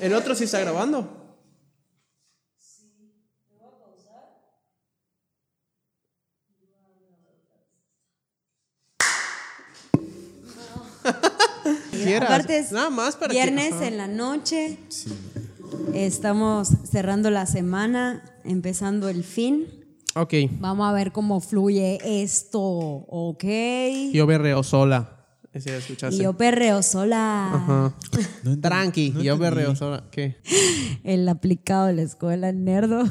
El otro sí está grabando. Quieras. Aparte es Nada más para que- viernes ajá. en la noche. Sí. Estamos cerrando la semana, empezando el fin. Ok. Vamos a ver cómo fluye esto, ¿ok? Yo berreo sola. Ese ya escuchaste. Y yo perreo sola. Ajá. No ent- Tranqui, no yo entendí. berreo sola. ¿Qué? El aplicado de la escuela nerdo.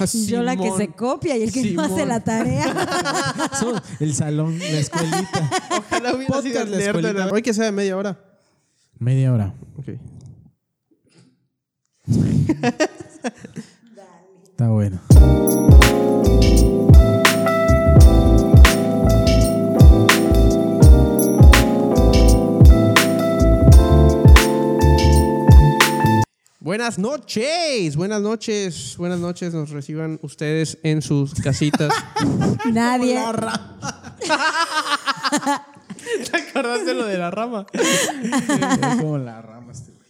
Ah, Yo la que Simón. se copia y el que no hace Simón. la tarea. Somos el salón, la escuelita. Ojalá hubiera Podcast, sido el la nerd de la- escuelita. Hoy que sea de media hora. Media hora. Ok. Está bueno. Buenas noches, buenas noches, buenas noches. Nos reciban ustedes en sus casitas. Nadie. ¿Te acordaste lo de la rama? Es como la rama este güey.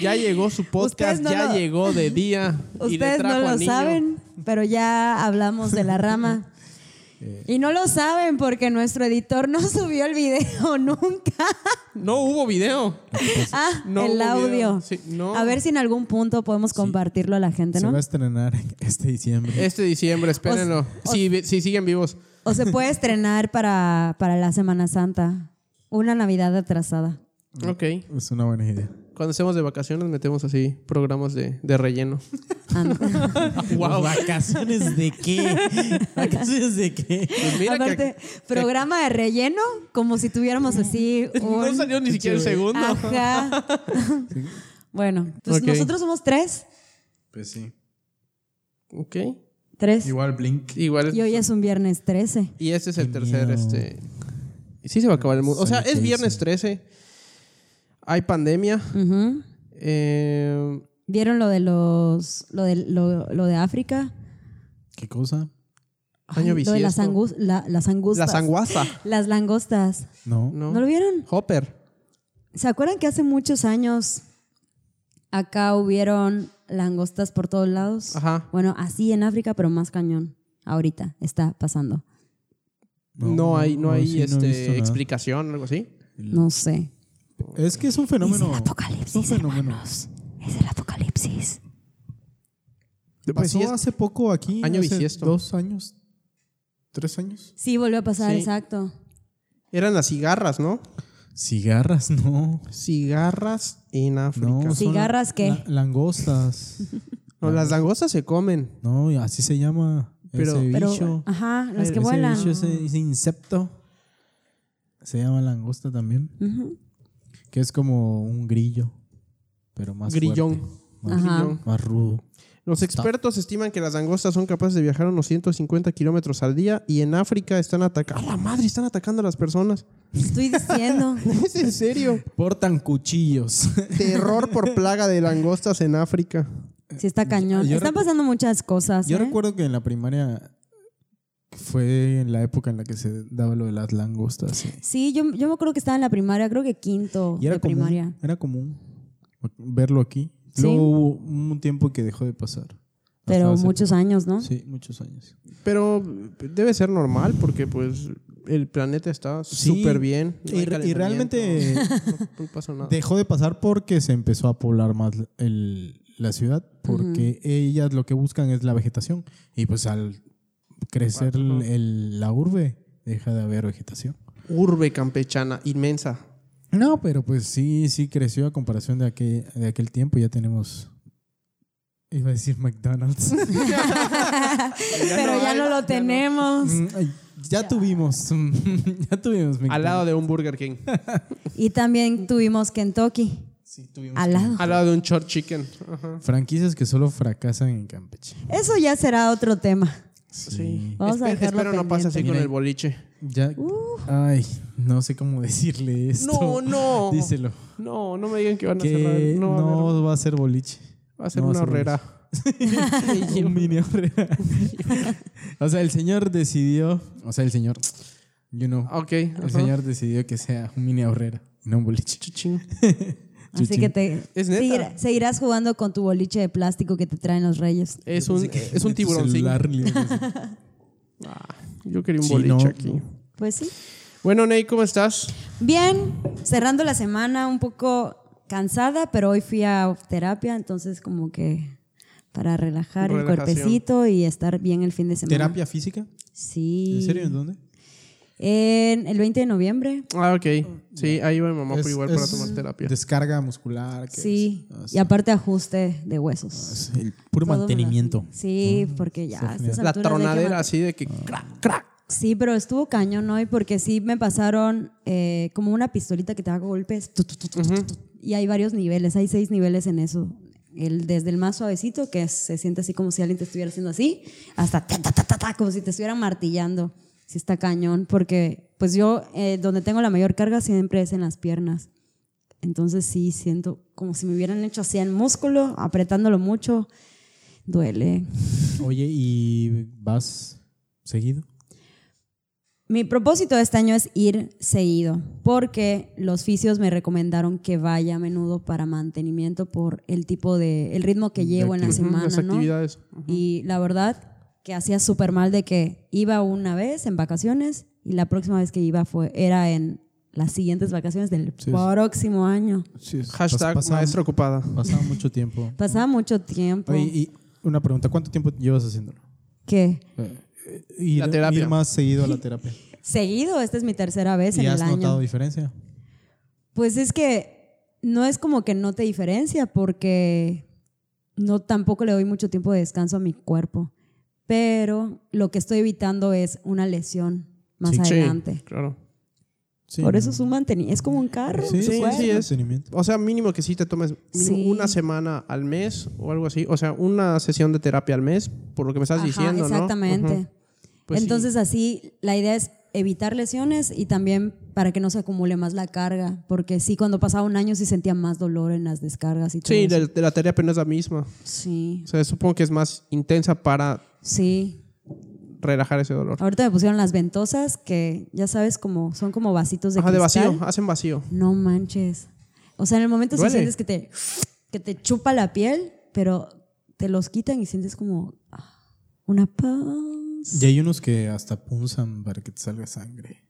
Ya llegó su podcast, Ustedes no ya lo- llegó de día. y le Ustedes no trajo lo al niño. saben, pero ya hablamos de la rama. Eh. Y no lo saben porque nuestro editor no subió el video nunca. No hubo video. Ah, Pues, No el hubo video. audio. Sí, no. A ver si en algún punto podemos compartirlo a la gente, Se ¿no? va a estrenar este diciembre. Este diciembre, espérenlo. Os- si, vi- si siguen vivos. O se puede estrenar para, para la Semana Santa. Una Navidad atrasada. Ok. Es una buena idea. Cuando estemos de vacaciones metemos así programas de, de relleno. Ant- Wow. ¿Vacaciones de qué? ¿Vacaciones de qué? Pues mira que- Aparte, programa de relleno, como si tuviéramos así no un- salió ni siquiera el segundo. Ajá. Bueno, pues Ok. nosotros somos tres. Pues sí. Ok. Tres. Igual Blink. Igual. Y hoy es un viernes 13. Y este es el Qué tercer, miedo. este. Sí se va a acabar el mundo. O sea, es Sanitize. viernes 13. Hay pandemia. Ujú. Eh, ¿Vieron lo de los lo de, lo, lo de África? ¿Qué cosa? Ay, Año lo de las, bisiesto. angus- la- las la angustas. sanguaza. las langostas. No. ¿No? ¿No lo vieron? Hopper. ¿Se acuerdan que hace muchos años acá hubieron langostas por todos lados? Ajá. Bueno, así en África, pero más cañón. Ahorita está pasando. No, hay, no hay sí, no he visto este, nada. explicación, algo así. No sé. Es que es un fenómeno. es el Es un apocalipsis, fenómeno. hermanos. Es el apocalipsis. Pues sí, Pasó es- hace poco aquí. Año hace bisiesto. Dos años. Tres años. Sí, volvió a pasar, Sí. exacto. eran las cigarras, ¿no? Cigarras, no. Cigarras en África. No, No, son ¿Cigarras qué? la- langostas. las langostas se comen. No, y así se llama Pero- ese Pero, bicho. ajá, las Ay, que ese vuelan. Ese bicho, ese, ese insecto. Se llama langosta también. Ujú. Que es como un grillo. Pero más Grillón. fuerte, Más, Ajá. Grillón. más rudo. Los expertos estiman que las langostas son capaces de viajar unos 150 kilómetros al día y en África están atacando. ¡A la madre! Están atacando a las personas. Estoy diciendo. ¿Es en serio? Portan cuchillos. Terror por plaga de langostas en África. Sí, está cañón. Yo Están recu- pasando muchas cosas. Yo ¿eh? recuerdo que en la primaria fue en la época en la que se daba lo de las langostas. sí. Sí, yo, yo me acuerdo que estaba en la primaria, creo que quinto Y era de común, primaria. Era común verlo aquí. Sí. Luego hubo un tiempo que dejó de pasar. Hasta Pero hace muchos años, ¿no? poco. Sí, muchos años. Pero debe ser normal porque pues el planeta está Sí, súper bien. No hay y re- y calentamiento, realmente- no- no pasó nada. Dejó de pasar porque se empezó a poblar más el- la ciudad, porque ellas lo que buscan es la vegetación. Y pues al crecer el- el- la urbe, deja de haber vegetación. Urbe campechana inmensa. No, pero pues sí, sí creció a comparación de aquel, de aquel tiempo. Ya tenemos. Iba a decir McDonald's. Pero ya no lo tenemos. Mm, ay, ya tuvimos. mm, ya tuvimos McDonald's. Al lado de un Burger King. Y también tuvimos Kentucky. Sí, tuvimos Al lado. Al lado de un short chicken. Ajá. Franquicias que solo fracasan en Campeche. Eso ya será otro tema. Sí. Vamos a Espe- dejarlo espero no pase así pendiente. con el boliche. Ya. Ay, no sé cómo decirle esto. No, no. Díselo. No, no me digan que van a cerrar. Que No, va a haber- no va a ser boliche. va a ser no va una a ser horrera. Un mini horrera. o sea, el señor decidió. O sea, el señor. You know. Ok. El señor decidió que sea un mini horrera, no un boliche. Chuchín. Así que te Es neta. seguir- seguirás jugando con tu boliche de plástico que te traen los reyes. Es un, es un tiburón. Ah, Celular, le- Yo quería un Sí, boliche no. aquí. Pues sí. Bueno, Ney, ¿cómo estás? Bien, cerrando la semana un poco cansada, pero hoy fui a terapia, entonces como que para relajar el Relajación. cuerpecito y estar bien el fin de semana. ¿Terapia física? Sí. ¿En serio? ¿En dónde? En el 20 de noviembre. Ah, ok. Sí, ahí va mi mamá por Es- igual es para tomar terapia. Descarga muscular. que Sí. es- ah, Y aparte ajuste de huesos. es el puro Todo mantenimiento. relaja. Sí, porque ya. a estas La alturas ya hay que tronadera así de que crack, crack. Sí, pero estuvo cañón hoy porque sí me pasaron eh, como una pistolita que te da golpes. tu, tu, tu, tu, tu, tu, Y hay varios niveles, hay seis niveles en eso. El, desde el más suavecito, que se siente así como si alguien te estuviera haciendo así, hasta ta, ta, ta, ta, ta, como si te estuvieran martillando. Sí está cañón, porque pues yo eh, donde tengo la mayor carga siempre es en las piernas. Entonces sí siento como si me hubieran hecho así en músculo, apretándolo mucho. Duele. Oye, ¿y vas seguido? Mi propósito de este año es ir seguido, porque los fisios me recomendaron que vaya a menudo para mantenimiento por el tipo de, el ritmo que llevo en la Ujú, semana, Las ¿no? actividades. Y la verdad que hacía súper mal de que iba una vez en vacaciones y la próxima vez que iba fue, era en las siguientes vacaciones del Sí, sí. próximo año. Hashtag maestra ocupada. Pasaba mucho tiempo. Pasaba mucho tiempo. Oye, y una pregunta, ¿cuánto tiempo llevas haciéndolo? que Eh, ir, La terapia. ir más seguido a la terapia. seguido, esta es mi tercera vez ¿Y en has el año. notado diferencia? Pues es que no es como que no te diferencia porque no tampoco le doy mucho tiempo de descanso a mi cuerpo, pero lo que estoy evitando es una lesión más Sí, Sí, adelante. claro. Sí, Por ¿no? eso es un mantenimiento, es como un carro. Sí, Sí, sí, pues. sí, es. mantenimiento. O sea, mínimo que sí te tomes mínimo Sí. una semana al mes o algo así. O sea, una sesión de terapia al mes, por lo que me estás Ajá, diciendo, exactamente. ¿no? Ujú. Pues sí. Entonces así la idea es evitar lesiones y también para que no se acumule más la carga, porque sí, cuando pasaba un año sí sentía más dolor en las descargas y todo. Sí, eso. de, de la terapia no es la misma. sí, O sea, supongo que es más intensa para sí. relajar ese dolor. Ahorita me pusieron las ventosas que ya sabes como son como vasitos de Ajá, de cristal. vacío, hacen vacío. No manches. O sea, en el momento sí Duele. sientes que te que te chupa la piel, pero te los quitan y sientes como ah, una paz. Y hay unos que hasta punzan para que te salga sangre.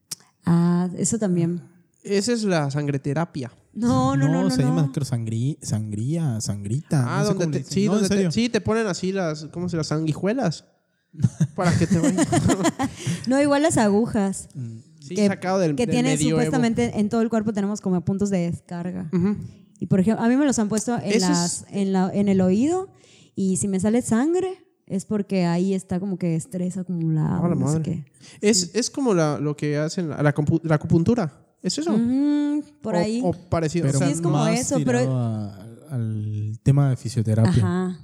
Ah, eso también. Esa es la sangreterapia. No, no, no, no. se llama no. creo sangrí- sangría, sangrita. Ah, no sé donde, cómo te, le dicen. sí, No, en donde te- serio. sí, te ponen así las, ¿cómo se las sanguijuelas? Para que te vayan. No, igual las agujas Sí, que, sacado del, que del tienen medioevo. supuestamente en todo el cuerpo tenemos como puntos de descarga. Ujú. Y por ejemplo, a mí me los han puesto en, Eso es- las, en, la, en el oído y si me sale sangre es porque ahí está como que estrés acumulado. A la no sé madre. qué. Es, es como la- lo que hacen la, la compu- la acupuntura. ¿Es eso? Ujú, Mm, por O- ahí. O parecido. Pero o sea, Sí, es como más eso, tirado pero- a- al tema de fisioterapia. Ajá.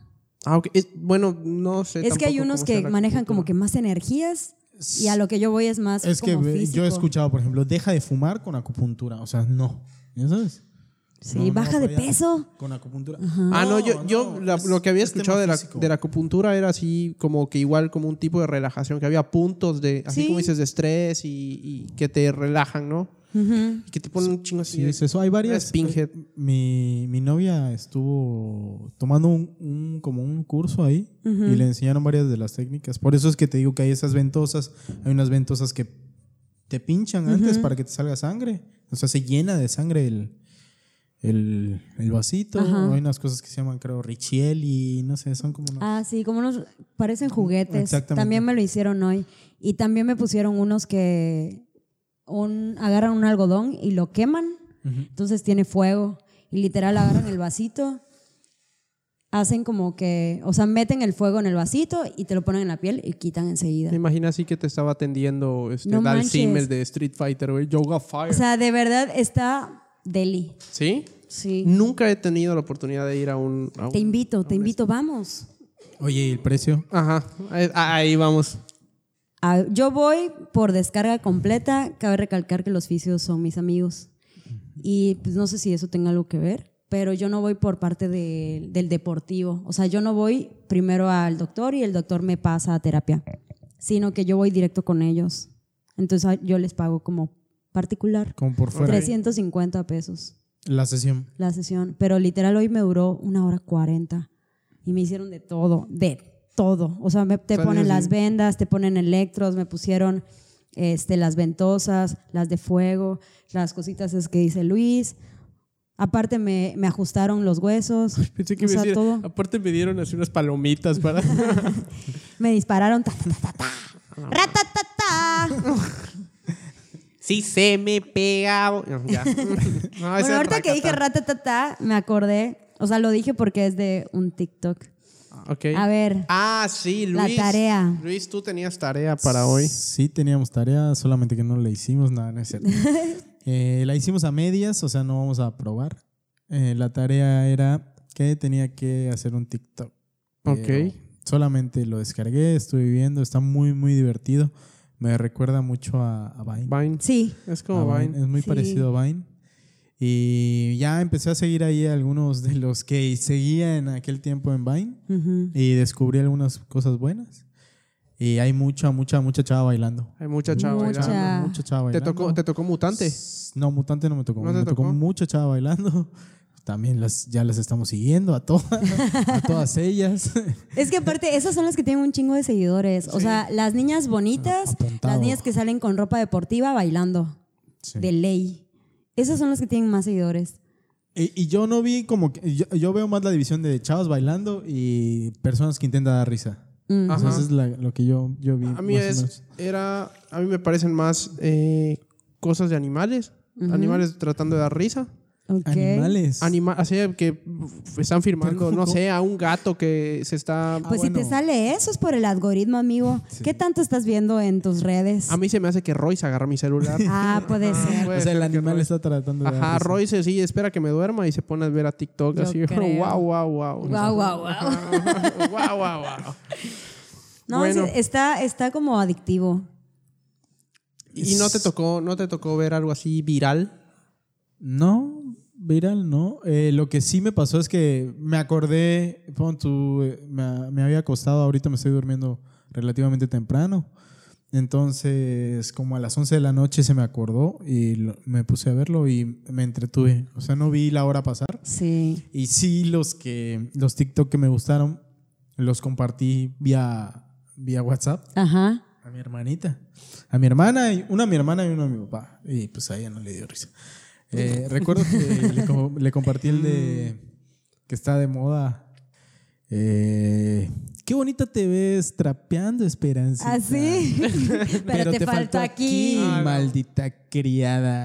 Ah, ok. Es- bueno, no sé. Es que hay Eh, tampoco unos cómo que sea la manejan como acupuntura. que más energías y a lo que yo voy es más Es que como ve- físico. yo he escuchado, por ejemplo, deja de fumar con acupuntura. O sea, no. ¿Ya sabes? Sí, No, no, baja de para allá. peso. Con acupuntura. Ah, no, yo, No, yo no, la- es- lo que había es tema escuchado de la, físico. de la acupuntura era así como que igual como un tipo de relajación, que había puntos de, así Sí. como dices, de estrés y, y que te relajan, ¿no? Ujú. Y que te ponen un chingo así. Sí, de- es eso. Hay varias. Spinhead. eh, Mi, mi novia estuvo tomando un, un- como un curso ahí y le enseñaron varias de las técnicas. Por eso es que te digo que hay esas ventosas. Hay unas ventosas que te pinchan antes para que te salga sangre. O sea, se llena de sangre el, el, el vasito. Ajá. Hay unas cosas que se llaman, creo, Richelli. No sé, son como. unos- Ah, sí, como unos parecen juguetes. Exactamente. También me lo hicieron hoy. Y también me pusieron unos que un, agarran un algodón y lo queman. Entonces tiene fuego. Y literal agarran el vasito. Hacen como que, o sea, meten el fuego en el vasito y te lo ponen en la piel y quitan enseguida. Me imagino así que te estaba atendiendo este, No Dal manches. Simmel de Street Fighter, güey. Yoga Fire. O sea, de verdad está deli. ¿Sí? Sí. Nunca he tenido la oportunidad de ir a un. a un- Te invito, te invito, vamos. Oye, ¿y el precio? Ajá. Ahí- Ahí vamos. Ah, Yo voy por descarga completa. Cabe recalcar que los fisios son mis amigos. Y pues no sé si eso tenga algo que ver, pero yo no voy por parte de- del deportivo. O sea, yo no voy primero al doctor y el doctor me pasa a terapia, sino que yo voy directo con ellos. Entonces ah, yo les pago como particular Como por fuera. 350 pesos. La sesión. la sesión, pero literal hoy me duró una hora cuarenta y me hicieron de todo, de todo. O sea, me- te Sales ponen así. las vendas, te ponen electros, me pusieron este, las ventosas, las de fuego, las cositas es que dice Luis. Aparte me, me ajustaron los huesos, Pensé que o me sea, decía- "Ah, todo. Aparte me dieron así unas palomitas para. Me dispararon. ta, ta, ta, ta, ta, Ah, ratatata. sí se me pega. No, ya. No, ese Bueno, ahorita que dije racata. ratatata, me acordé. O sea, lo dije porque es de un TikTok. Ok. A ver, Ah, sí, Luis. La tarea. Luis, tú tenías tarea para hoy. Sí, teníamos tarea, solamente que no la hicimos, nada, no es cierto. Eh, la hicimos a medias, o sea, no vamos a probar. Eh, la tarea era que tenía que hacer un TikTok. pero Ok. Solamente lo descargué, estuve viendo, está muy, muy divertido. Me recuerda mucho a, a Vine. Vine. sí. Es A como Vine, Vine. Es muy Oh, Sí. parecido a Vine. Y ya empecé a seguir ahí a algunos de los que seguía en aquel tiempo en Vine Ujú. y descubrí algunas cosas buas. Y hay mucha, mucha, mucha chava bailando. Hay mucha chava. Mucha. bailando. Mucha chava ¿Te bailando. tocó, ¿Te tocó mutante? No, mutante no me tocó. ¿No te me tocó? tocó? mucha chava bailando. También las, ya las estamos siguiendo a todas, a todas ellas. Es que aparte, esas son las que tienen un chingo de seguidores. O sea, las niñas bonitas, Apuntado. las niñas que salen con ropa deportiva bailando, Sí. de ley. Esas son las que tienen más seguidores. Y, y yo no vi como que, yo, yo veo más la división de chavas bailando y personas que intentan dar risa. Mm. O sea, Ajá. eso es la- lo que yo, yo vi. A mí más o menos. es, era, a mí me parecen más eh, cosas de animales, animales tratando de dar risa, Ok. Animales. Anima así que f- están firmando, no sé, a un gato que se está. Pues si te bueno. sale eso es por el algoritmo, amigo. ¿Qué tanto estás viendo en tus redes? A mí se me hace que Royce agarra mi celular. Ah, puede ser. o sea, el animal está tratando de dar Ajá, risa. Royce sí espera que me duerma y se pone a ver a TikTok Yo así, creo. wow, wow, wow. Guau, guau, guau. wow, wow, wow. No, Bueno. sí, está, está como adictivo. ¿Y no te tocó, no te tocó ver algo así viral? No, viral no. Eh, lo que sí me pasó es que me acordé, pon tú, eh, me, me había acostado, ahorita me estoy durmiendo relativamente temprano. Entonces, como a las 11 de la noche se me acordó y lo- me puse a verlo y me entretuve. O sea, no vi la hora pasar. Sí. Y sí, los que los TikTok que me gustaron los compartí vía vía WhatsApp Ajá. a mi hermanita. A mi hermana, y- una a mi hermana y uno a mi papá. Y pues a ella no le dio risa. Eh, recuerdo que le, com- le compartí el de que está de moda. Eh, qué bonita te ves trapeando, Esperanza. Así. ¿Ah, Pero, te, faltó aquí. maldita criada.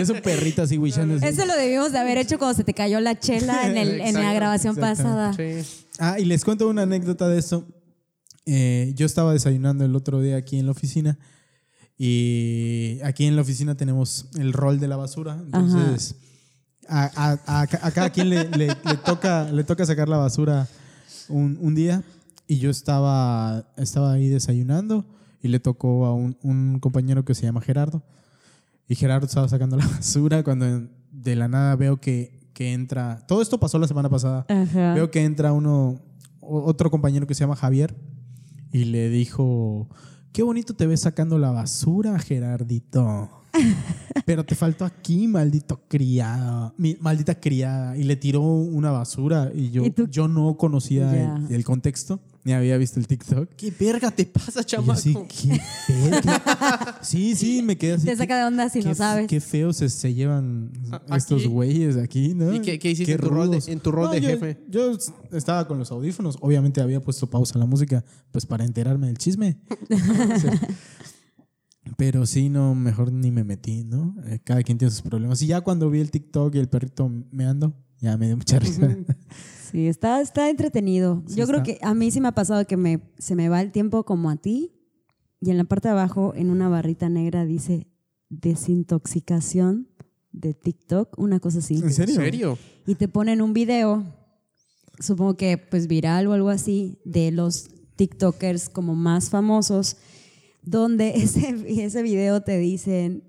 es un perrito así huichándose. Eso lo debimos de haber hecho cuando se te cayó la chela en, el- en la Exacto, grabación pasada. Sí. Ah, y les cuento una anécdota de esto. Eh, yo estaba desayunando el otro día aquí en la oficina y aquí en la oficina tenemos el rol de la basura. Entonces, a, a- a ca- a cada quien le, le- le toca, le toca sacar la basura un, un día y yo estaba, estaba ahí desayunando y le tocó a un, un compañero que se llama Gerardo. Y Gerardo estaba sacando la basura cuando de la nada veo que, que entra... Todo esto pasó la semana pasada. Ajá. Veo que entra uno, o- otro compañero que se llama Javier y le dijo, qué bonito te ves sacando la basura, Gerardito. Pero te faltó aquí, maldito criado, mi- maldita criada. Y le tiró una basura y yo, ¿Y tú? yo no conocía Ya. el, el contexto, ni había visto el TikTok. ¿Qué verga te pasa, Y yo chamaco? así, "¿Qué pedo? ¿Qué-?" sí, sí, me quedé así. Te saca de onda si qué, no sabes. Qué feos se, se llevan A- estos aquí. güeyes aquí, ¿no? ¿Y qué- qué hiciste en tu rol de- rudos. en tu rol de yo- jefe? Yo s- estaba con los audífonos. Obviamente había puesto pausa a la música, pues para enterarme del chisme. O sea, Pero sí, no, mejor ni me metí, ¿no? Eh, Cada quien tiene sus problemas. Y ya cuando vi el TikTok y el perrito meando, ya me dio mucha risa. Sí, está, está entretenido. Sí, Yo creo está. que a mí sí me ha pasado que me, se me va el tiempo como a ti. Y en la parte de abajo, en una barrita negra, dice desintoxicación de TikTok, una cosa así. ¿En serio? ¿En serio? Y te ponen un video, supongo que pues viral o algo así, de los TikTokers como más famosos, donde ese, ese video te dicen,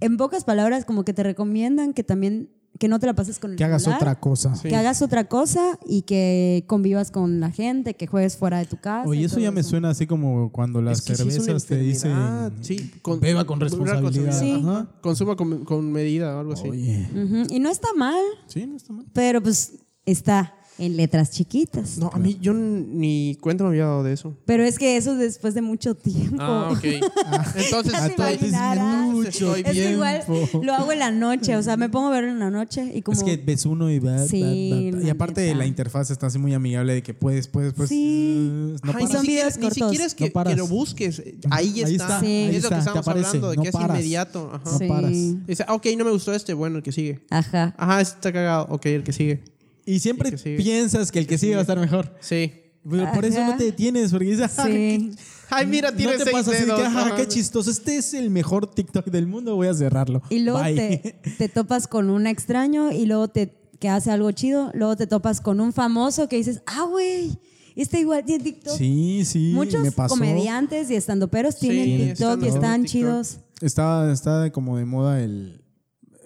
en pocas palabras, como que te recomiendan que también que no te la pases con el Que hagas celular, otra cosa. Sí. Que hagas otra cosa y que convivas con la gente, que juegues fuera de tu casa. Oye, y eso todo ya me suena así como cuando las Es que sí es una cervezas te dicen. enfermedad, sí, con- beba con responsabilidad. Sí. Ajá. Consuma con, con medida o algo así. Oye. Ujú, Y no está mal, Sí, no está mal. pero pues está en letras chiquitas. No, a mí yo ni cuenta me había dado de eso. Pero es que eso después de mucho tiempo. Ah, ok. Entonces, Ya te estoy- imaginarás. mucho Es que igual tiempo. lo hago en la noche, o sea, me pongo a verlo en la noche y como... Es que ves uno y va. Sí, va, va, va. Y la aparte neta. la interfaz está así muy amigable de que puedes, puedes, puedes. Sí. eh, Ay, No paras. ni Son siquiera- videos Ni siquiera es cortos. No que, que paras. lo busques. Ahí está. Ahí está, Sí. ahí Es lo está, que te estábamos aparece, hablando, de no que paras. es inmediato. Ajá. No Sí. paras. Dice, ah, ok, no me gustó este. Bueno, el que sigue. Ajá. Ajá, este está cagado. Ok, el que sigue. Y siempre El que sigue. piensas que el que sigue va a estar mejor. Sí. Pero por eso Ajá. no te detienes, porque dices, "Ah, Sí. Ay, mira, No tiene te seis pasa así de dedos. que, "Ajá, Ajá. qué chistoso. Este es el mejor TikTok del mundo, voy a cerrarlo. Y luego Bye". te, te topas con un extraño y luego te que hace algo chido, luego te topas con un famoso que dices, ah, güey, este igual tiene TikTok. Sí, sí. Muchos me pasó. comediantes y estandoperos Sí, tienen TikTok estando- y están TikTok. chidos. Está, está como de moda el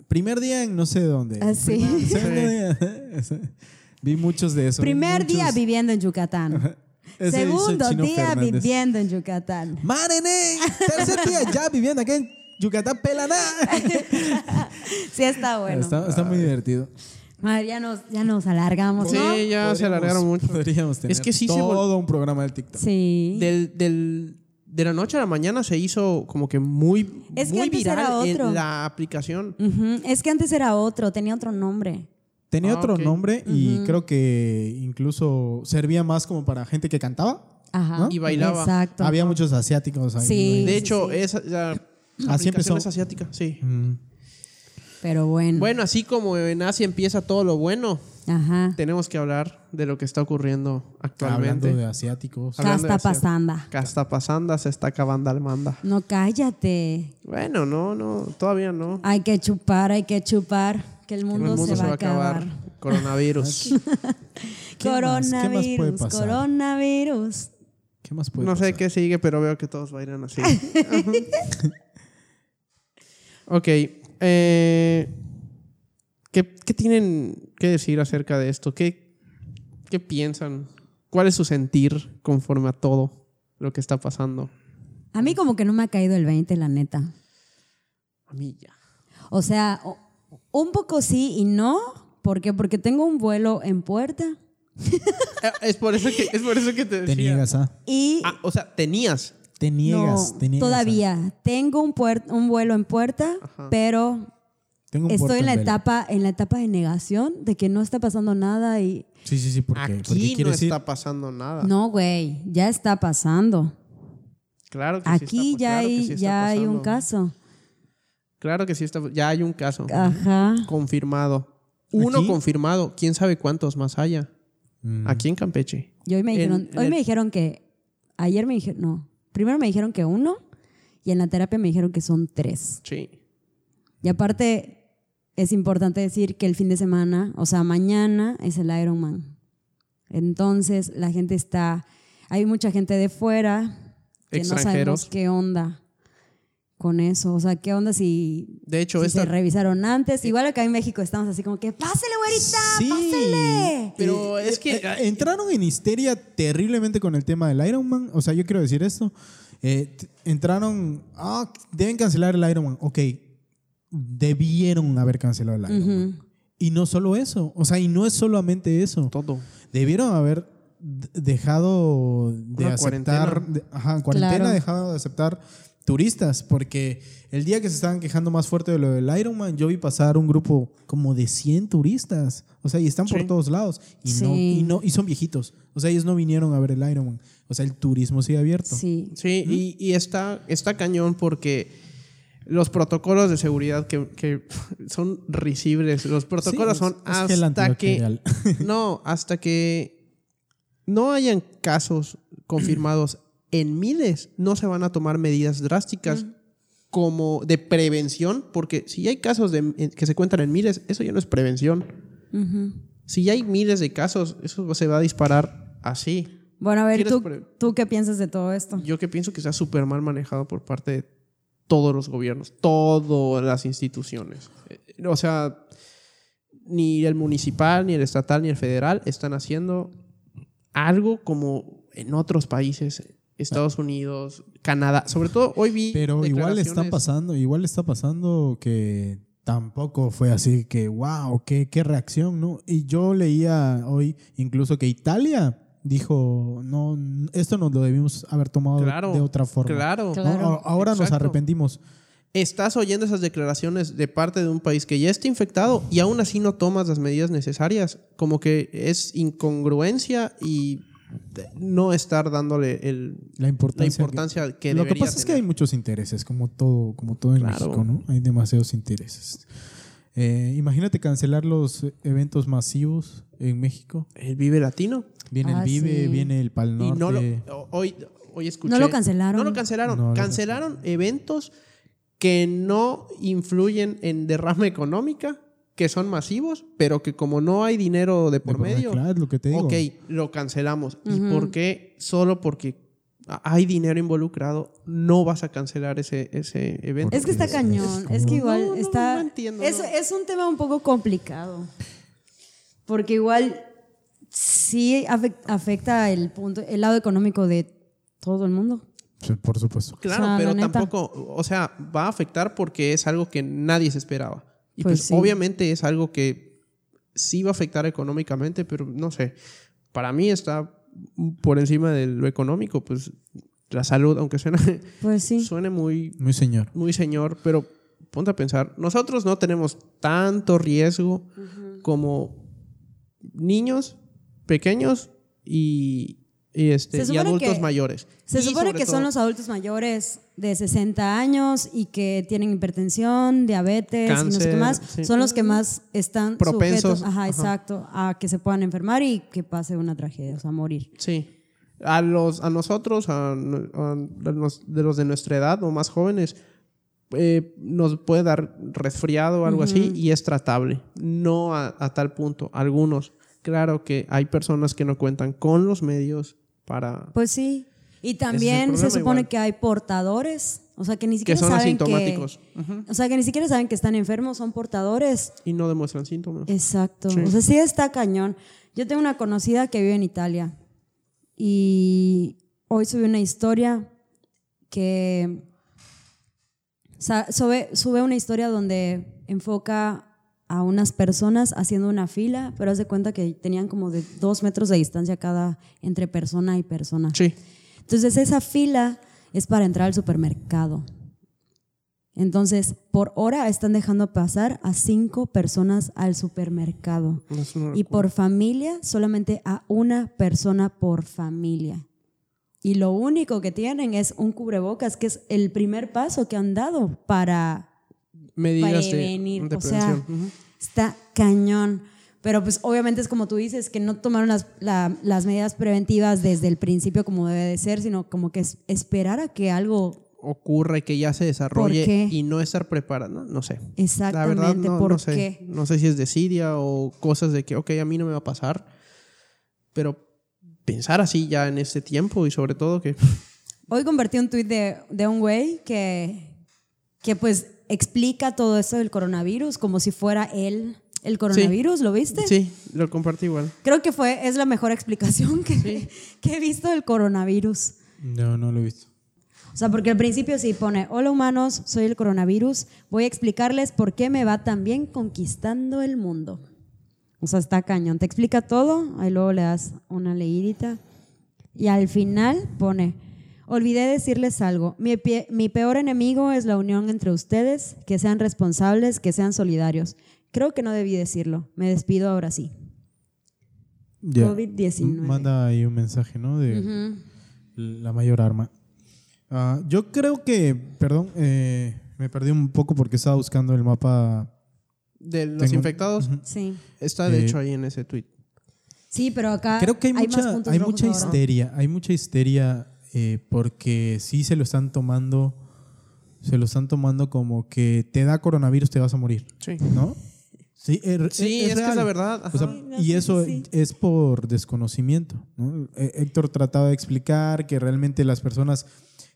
primer día en no sé dónde. Ah, sí. Primer- segundo día. vi muchos de esos. vi Primer día muchos. viviendo en Yucatán. Ese hizo el Segundo Chino día Fernández. viviendo en Yucatán. ¡Marene! Tercer día ya viviendo acá en Yucatán Pelaná. Sí, está bueno. Está, está muy divertido. Madre, ya nos, ya nos alargamos, Sí, ¿no? ya se alargaron mucho. Podríamos tener Es que sí se vol- todo un programa del TikTok. Sí. Del, del- de la noche a la mañana se hizo como que muy, Es que muy antes era viral otro. en la aplicación. Ujú, Es que antes era otro, tenía otro nombre. Tenía Ah, otro ok. nombre y creo que incluso servía más como para gente que cantaba. Ajá. ¿No? Y bailaba. Exacto. Había muchos asiáticos ahí. Sí. De hecho, esa la Así aplicación Ah, empezó. es asiática, sí. Mm. Pero bueno. Bueno, así como en Asia empieza todo lo bueno, Ajá. tenemos que hablar de lo que está ocurriendo Hablando de actualmente. asiáticos. Hablando de Casta hacer- pasando. Casta pasanda se está acabando al manda. No cállate. Bueno, no, no, todavía no. Hay que chupar, hay que chupar. Que el mundo, el mundo se, va a acabar. Ah, Coronavirus. ¿Qué más? ¿Qué más Coronavirus, puede pasar? coronavirus. ¿Qué más puede no sé pasar? qué sigue, pero veo que todos bailan así. ok. eh, ¿qué, qué tienen que decir acerca de esto? ¿Qué, ¿Qué piensan? ¿Cuál es su sentir conforme a todo lo que está pasando? A mí como que no me ha caído el 20, la neta. A mí ya. O sea, o- un poco sí y no. ¿Por qué? Porque tengo un vuelo en puerta Eh, Es por eso que, es por eso que te Te decía. niegas, ¿ah? y Ah, o sea, tenías. Te niegas, no, te niegas, ah. todavía tengo un, puer- un vuelo en puerta, Ajá. pero ¿ah? Tengo un puerto estoy en la vela. etapa en la etapa de negación de que no está pasando nada y Sí, sí, sí, porque, Aquí porque no quieres ir. está pasando nada. no, güey, ya está pasando. Claro que sí está- Aquí ya claro que hay sí está ya hay un pasando. caso. Claro que sí está. Ya hay un caso. Ajá. Confirmado. Uno ¿Aquí? confirmado. ¿Quién sabe cuántos más haya? Mm. Aquí en Campeche. Y hoy me En- dijeron, en hoy el- me dijeron que ayer me dijeron, no, primero me dijeron que uno y en la terapia me dijeron que son tres. Sí. Y aparte es importante decir que el fin de semana, o sea, mañana es el Ironman. Entonces, la gente está hay mucha gente de fuera que no sabemos Extranjeros. qué onda con eso, o sea, qué onda si De hecho, si esta. se revisaron antes. Igual acá en México estamos así como que, pásele, güerita, Sí. pásele. Pero es que. Eh, entraron en histeria terriblemente con el tema del Iron Man. O sea, yo quiero decir esto. Eh, t- entraron, ah, deben cancelar el Iron Man. Ok, debieron haber cancelado el Iron Man. Y no solo eso, o sea, y no es solamente eso. Todo. Debieron haber d- dejado de Una aceptar, cuarentena. de- ajá, cuarentena, Claro. dejado de aceptar turistas, porque el día que se estaban quejando más fuerte de lo del Iron Man, yo vi pasar un grupo como de 100 turistas, o sea, y están por Sí. todos lados, y, no, Sí. y, no, y son viejitos, o sea, ellos no vinieron a ver el Iron Man, o sea, el turismo sigue abierto. Sí. Sí, y, y está, está cañón porque los protocolos de seguridad que, que son risibles. Los protocolos Sí, son es- es que el hasta que. antibacterial. No, hasta que no hayan casos confirmados en miles, no se van a tomar medidas drásticas como de prevención, porque si ya hay casos de, en- que se cuentan en miles, eso ya no es prevención. Si ya hay miles de casos, eso se va a disparar así. Bueno, a ver, ¿Quieres ¿tú, pre- ¿tú qué piensas de todo esto? Yo que pienso que está súper mal manejado por parte de todos los gobiernos, todas las instituciones. Eh, O sea, ni el municipal, ni el estatal, ni el federal están haciendo algo como en otros países, Estados Unidos, Canadá. Sobre todo hoy vi. Pero igual está declaraciones- pasando, igual está pasando que tampoco fue así que, wow, qué, qué reacción, ¿no? Y yo leía hoy incluso que Italia dijo, no, n- esto nos lo debimos haber tomado Claro, de otra forma. Claro. ¿no? Claro. A- Ahora nos Exacto. arrepentimos. Estás oyendo esas declaraciones de parte de un país que ya está infectado y aún así no tomas las medidas necesarias. Como que es incongruencia y de- no estar dándole el- La la importancia. que- importancia que, lo que debería pasa es que tener. hay muchos intereses, como todo, como todo en Claro. México, ¿no? Hay demasiados intereses. Eh, imagínate cancelar los eventos masivos en México. El Vive Latino. Viene Ah, el Vive, sí. viene el Pal Y Norte. no lo, o- hoy, hoy escuché. No lo cancelaron. No lo cancelaron. No lo cancelaron eventos que no influyen en derrama económica, que son masivos, pero que como no hay dinero de por De Puebla, medio, Claro, es lo que te digo. ok, lo cancelamos. Ujú. ¿Y por qué? Solo porque a- hay dinero involucrado, no vas a cancelar ese, ese evento. Es que está Es- es cañón. como- Es que No, igual no, no, está. no entiendo, es, no. es un tema un poco complicado. Porque igual sí afec- afecta el punto, el lado económico de todo el mundo. Sí, Por supuesto. Claro, O sea, pero la neta. tampoco, o sea, va a afectar porque es algo que nadie se esperaba. Y Pues pues, sí. obviamente es algo que sí va a afectar económicamente, pero no sé, para mí está por encima de lo económico, pues la salud, aunque suene, Pues sí. suene muy, Muy señor. muy señor, pero ponte a pensar, nosotros no tenemos tanto riesgo como niños pequeños y, y, este, Se y supone adultos que- mayores. Se Y supone sobre que son todo- los adultos mayores de 60 años y que tienen hipertensión, diabetes y no sé qué Cáncer, más. sí. Son los que más están Propensos, sujetos ajá, ajá. exacto, a que se puedan enfermar y que pase una tragedia, o sea, morir. Sí. A, los, a nosotros, a, nu- a los, de los de nuestra edad o más jóvenes, eh, nos puede dar resfriado o algo así y es tratable. No a, a tal punto. Algunos. Claro que hay personas que no cuentan con los medios para... Pues sí. Y el también se problema supone igual. que hay portadores, o sea, que ni que siquiera son saben asintomáticos Ujú. que o sea, que ni siquiera saben que están enfermos, son portadores. y no demuestran síntomas. Exacto. Sí. O sea, sí está cañón. Yo tengo una conocida que vive en Italia y hoy subí una historia que sa- sube, sube una historia donde enfoca a unas personas haciendo una fila, pero haz de cuenta que tenían como de dos metros de distancia cada entre persona y persona. Sí. Entonces esa fila es para entrar al supermercado. Entonces, por hora están dejando pasar a cinco personas al supermercado. No es una Y por familia, solamente a una persona por familia. Y lo único que tienen es un cubrebocas, que es el primer paso que han dado para medidas de, prevenir, de o sea, prevención. Ujú. Está cañón. Pero pues obviamente es como tú dices, que no tomaron las, la- las medidas preventivas desde el principio como debe de ser, sino como que es- esperar a que algo Ocurre que ya se desarrolle qué? y no estar preparado. No, no sé. La exactamente, verdad, no, ¿por no sé. qué? No sé si es desidia o cosas de que, ok, a mí no me va a pasar. Pero pensar así ya en este tiempo y sobre todo que. Hoy compartí un tuit de, de un güey que, que pues explica todo esto del coronavirus como si fuera él el coronavirus, ¿lo viste? Sí, lo compartí igual. Creo que fue, es la mejor explicación que, que he visto del coronavirus. No, no lo he visto. O sea, porque al principio sí pone, hola humanos, soy el coronavirus, voy a explicarles por qué me va tan bien conquistando el mundo. O sea, está cañón, te explica todo, ahí luego le das una leídita y al final pone, olvidé decirles algo, mi, pie- mi peor enemigo es la unión entre ustedes, que sean responsables, que sean solidarios. Creo que no debí decirlo, me despido ahora sí. Ya. COVID-19. Manda ahí un mensaje, ¿no? De la mayor arma. Ah, yo creo que, perdón, eh, me perdí un poco porque estaba buscando el mapa. De los Tengo- infectados, Sí. está de Eh, hecho ahí en ese tweet. Sí, pero acá Creo que hay, Ah, más mucha, puntos hay rojos mucha ahora. histeria, hay mucha histeria eh, porque sí se lo están tomando, se lo están tomando como que te da coronavirus, te vas a morir, Sí. ¿no? Sí, Sí, es, que real. es la verdad. O sea, ajá. no y sé, eso sí. es por desconocimiento. ¿no? Eh, Héctor trataba de explicar que realmente las personas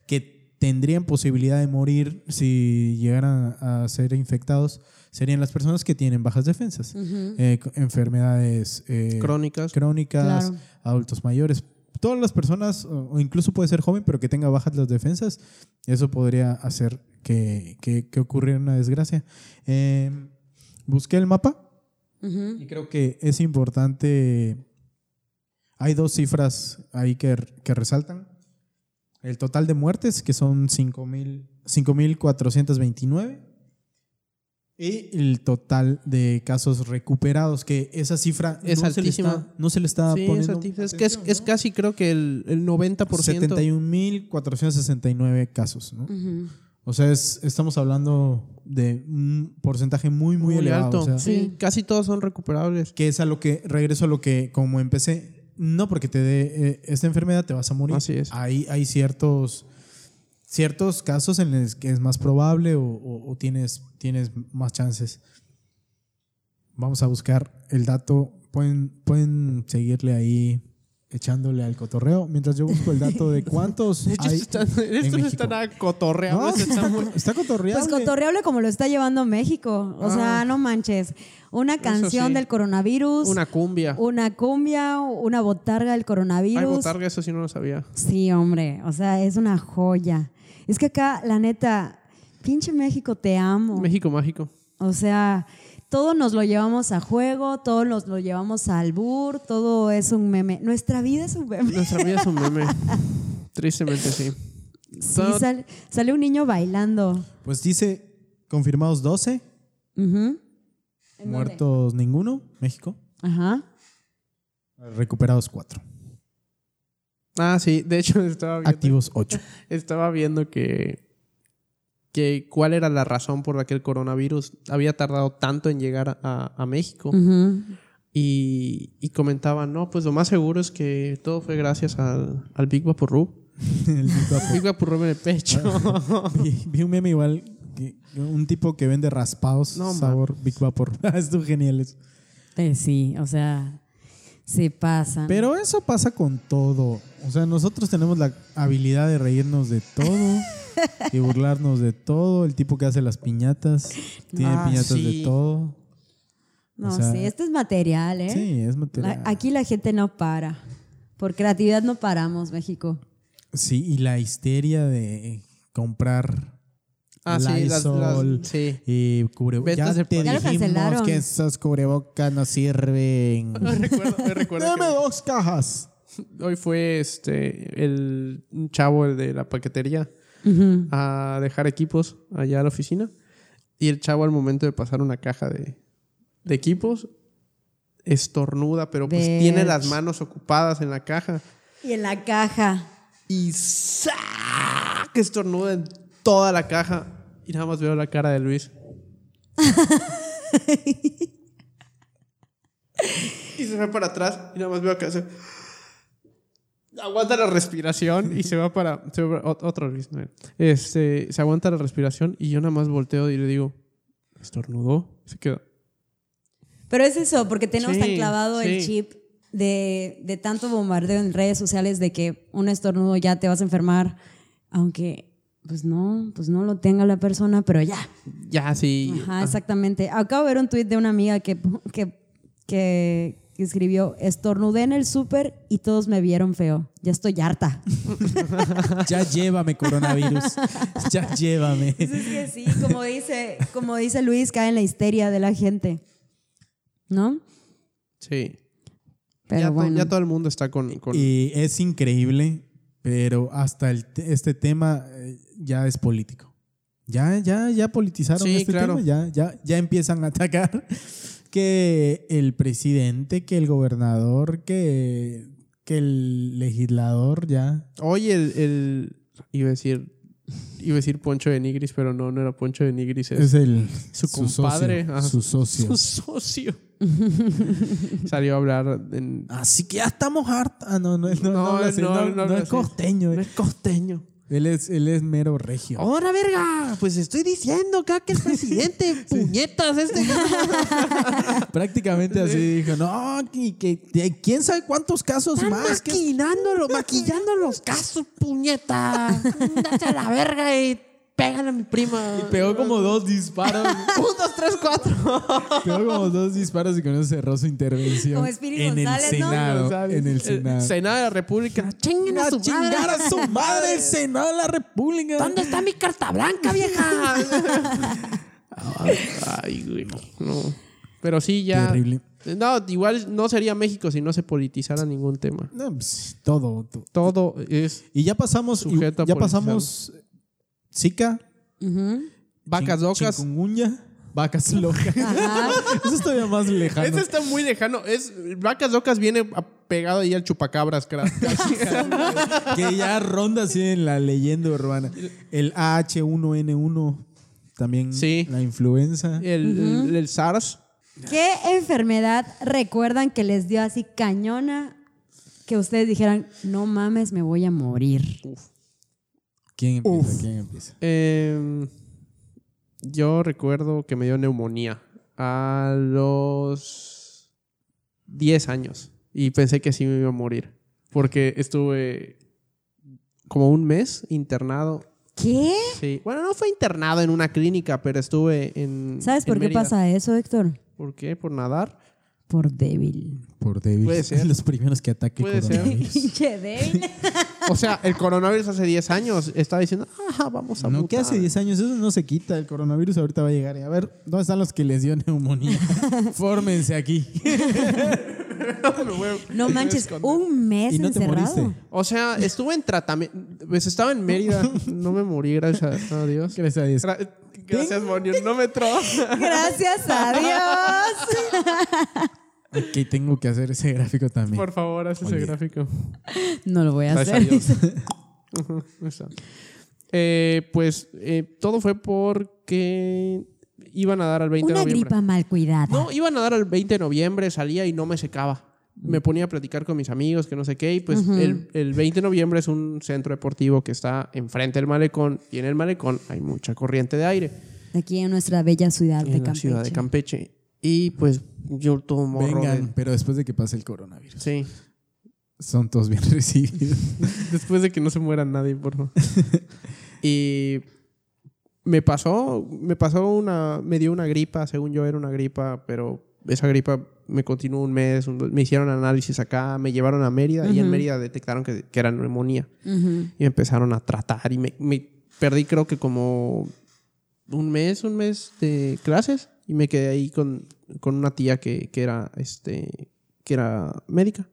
que tendrían posibilidad de morir si llegaran a ser infectados serían las personas que tienen bajas defensas, Mm. eh, c- enfermedades eh, Crónicas. crónicas, Claro. adultos mayores. Todas las personas, o o incluso puede ser joven, pero que tenga bajas las defensas, eso podría hacer que, que, que ocurriera una desgracia. Eh, busqué el mapa Ujú. y creo que es importante. Hay dos cifras ahí que, que resaltan. El total de muertes, que son 5,000 5.429. Y el total de casos recuperados, que esa cifra Es no, se le altísima. está, no se le está Sí, es poniendo arti- es que es, es atención, ¿no? casi creo que el, el 90%. 71.469 casos. ¿no? Ujú. O sea, es- estamos hablando de un porcentaje muy, muy, elevado. alto. o sea, sí. Sí. Casi todos son recuperables. que es a lo que regreso a lo que como empecé no porque te dé eh, esta enfermedad te vas a morir Así es. hay hay ciertos ciertos casos en los que es más probable o, o- o tienes tienes más chances vamos a buscar el dato pueden pueden seguirle ahí echándole al cotorreo mientras yo busco el dato de cuántos De hecho, hay esto está, esto no México. está nada cotorreado. No, esto está muy- está cotorreable Pues cotorreable como lo está llevando México. O Ah. sea, no manches. Una canción sí. del coronavirus, una, Una cumbia. cumbia, una botarga del Ay, coronavirus. botarga, eso sí no lo sabía. Sí, hombre. O sea, es una joya. Es que acá, la neta, pinche México, te amo. México mágico. O sea, todo nos lo llevamos a juego, todo nos lo llevamos al bur, todo es un meme. Nuestra vida es un meme. Nuestra vida es un meme. Tristemente sí. Sí, Todo- sale, sale un niño bailando. pues dice confirmados 12 Ujú. muertos ninguno México Ajá. recuperados 4 Ah, sí. De hecho, estaba viendo, activos 8 estaba viendo que, que cuál era la razón por la que el coronavirus había tardado tanto en llegar a, a México. Mm. Ujú. Y, y comentaban, no, pues lo más seguro es que todo fue gracias al, al Big Vaporub. El Big Papo. Big Vaporub en el pecho. vi, vi un meme igual, que- un tipo que vende raspados, No, sabor Big Vapor. es genial eso. Eh, sí, o sea, se pasa. Pero eso pasa con todo. O sea, nosotros tenemos la habilidad de reírnos de todo y burlarnos de todo. El tipo que hace las piñatas, tiene Ah, piñatas sí. de todo. no, o sea- sí, esto es material, ¿eh? Sí, es material. La- aquí la gente no para. Por creatividad no paramos, México. Sí, y la histeria de comprar ah, sí, las, las- Lysol. sí. y cubrebocas. Ventas de- Ya te Ya lo dijimos cancelaron. que esos cubrebocas no sirven. Hoy recuerdo, hoy recuerdo Dame dos cajas. que hoy fue este el un chavo el de la paquetería a dejar equipos allá a la oficina y el chavo al momento de pasar una caja de, de equipos estornuda, pero pues Verge. tiene las manos ocupadas en la caja Y en la caja. y ¡za! que estornuda en toda la caja y nada más veo la cara de Luis. y se va para atrás y nada más veo que hace aguanta la respiración y se va para se va para- ot- otro Luis. no era. Este, se aguanta la respiración y yo nada más volteo y le digo, estornudó, se queda. Pero es eso, porque tenemos Sí, tan clavado el sí. chip de, de tanto bombardeo en redes sociales de que un estornudo ya te vas a enfermar, aunque pues no, pues no lo tenga la persona, pero ya. Ya sí. Ajá, exactamente. Acabo de ver un tuit de una amiga que, que, que escribió, estornudé en el súper y todos me vieron feo. Ya estoy harta. Ya llévame, coronavirus. Ya llévame. es que sí, como dice, como dice Luis, cae en la histeria de la gente. ¿No? Sí. Pero ya, to- bueno. ya todo el mundo está con, con- Y es increíble, pero hasta el te- este tema eh, ya es político. Ya, ya, ya politizaron Sí, este claro. tema. Ya, ya, ya empiezan a atacar que el presidente, que el gobernador, que, que el legislador, ya. Oye, el, el- iba a decir iba a decir Poncho de Nigris, pero no, no era Poncho de Nigris, es Es el su compadre, socio, ajá. su socio. su socio. Salió a hablar en Así que ya estamos hartos. Ah, no, no, no, no, No, habla así, no, no, no no habla es así. costeño. eh. no es costeño. Oh. Él es, él es mero regio. ¡Ahora, verga! Pues estoy diciendo acá que el presidente, puñetas, este. Prácticamente así dijo, no, y que, de- quién sabe cuántos casos Están más. que- maquinándolo, maquillando los casos, puñeta. Date a la verga y pégale a mi prima. Y pegó como dos disparos. Un, dos, tres, cuatro. pegó como dos disparos y con eso cerró su intervención. Como Spiri en González, el ¿no? Senado. En el Senado. Senado. de la República. Chinguen A chingar a su madre el Senado de la República. ¿Dónde está mi carta blanca, vieja? Ay, güey. No. Pero sí, ya. Terrible. No, igual no sería México si no se politizara ningún tema. No, pues, todo. to- Todo es Y ya pasamos, y- Sujeto a ya pasamos Zika, Ujú. vacas chin- locas. chikungunya, vacas locas. Eso es todavía más lejano. Ese está muy lejano. Es, vacas locas viene a- pegado ahí al chupacabras. cra- casi. que ya ronda así en la leyenda urbana. El AH1N1 también Sí. Eh, la influenza. el, el- el SARS. ¿Qué enfermedad recuerdan que les dio así cañona que ustedes dijeran, no mames, me voy a morir? ¿Quién empieza? ¿Quién empieza? Eh, yo recuerdo que me dio neumonía a los 10 años y pensé que sí me iba a morir porque estuve como un mes internado. ¿Qué? Sí. Bueno, no fue internado en una clínica, pero estuve en... ¿Sabes en por qué Mérida. pasa eso, Héctor? ¿Por qué? ¿Por nadar? Por débil. Por débil. Puede ser. Los primeros que ataque Puede ser. coronavirus. Pinche débil. O sea, el coronavirus hace 10 años estaba diciendo, ah, vamos a... No, que hace mutar". 10 años eso no se quita. El coronavirus ahorita va a llegar. Y A ver, ¿dónde están los que les dio neumonía? Fórmense aquí. No manches, un mes y no te encerrado. moriste. O sea, estuve en tratamiento. Pues estaba en Mérida. No me morí, gracias a, a Dios. Gracias a Dios. Gra- gracias, Monion. No me tró. Gracias a Dios. Ok, tengo que hacer ese gráfico también. Por favor, haz ese Oye. gráfico. No lo voy a Gracias a hacer. Dios. Ujú, ahí está. Eh, pues eh, todo fue porque iban a dar al 20 Una de noviembre. gripa mal cuidada. No, iban a dar al 20 de noviembre, salía y no me secaba. Me ponía a platicar con mis amigos, que no sé qué, y pues el, el 20 de noviembre es un centro deportivo que está enfrente del malecón, y en el malecón hay mucha corriente de aire. Aquí en nuestra bella ciudad de en la Campeche. ciudad de Campeche. Y pues yo todo morro. Vengan, de- pero después de que pase el coronavirus. Sí. Son todos bien recibidos. Después de que no se muera nadie, por favor. y me pasó, me pasó una, me dio una gripa, según yo era una gripa, pero esa gripa me continuó un mes, un- me hicieron análisis acá, me llevaron a Mérida y en Mérida detectaron que, que era neumonía Ujú. y me empezaron a tratar y me, me perdí creo que como un mes, un mes de clases y me quedé ahí con, con una tía que, que era este que era médica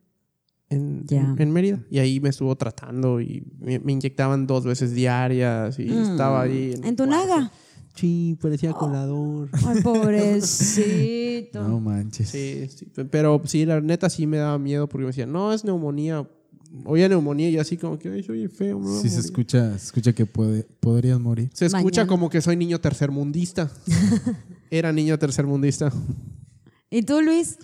en, Ya. en Mérida y ahí me estuvo tratando y me, me inyectaban dos veces diarias y estaba ahí Mm. ¿En tu un cuarto. naga? Oh. Sí, parecía colador. Ay, pobrecito. No manches. Sí, sí, pe- pero sí, la neta sí me daba miedo porque me decían, no, es neumonía. Oye, neumonía y así como que, ay, soy feo. me voy a Sí se morir". escucha, se escucha que puede, podrías morir. Se escucha Mañana. como que soy niño tercermundista. Era niño tercermundista. ¿Y tú, Luis?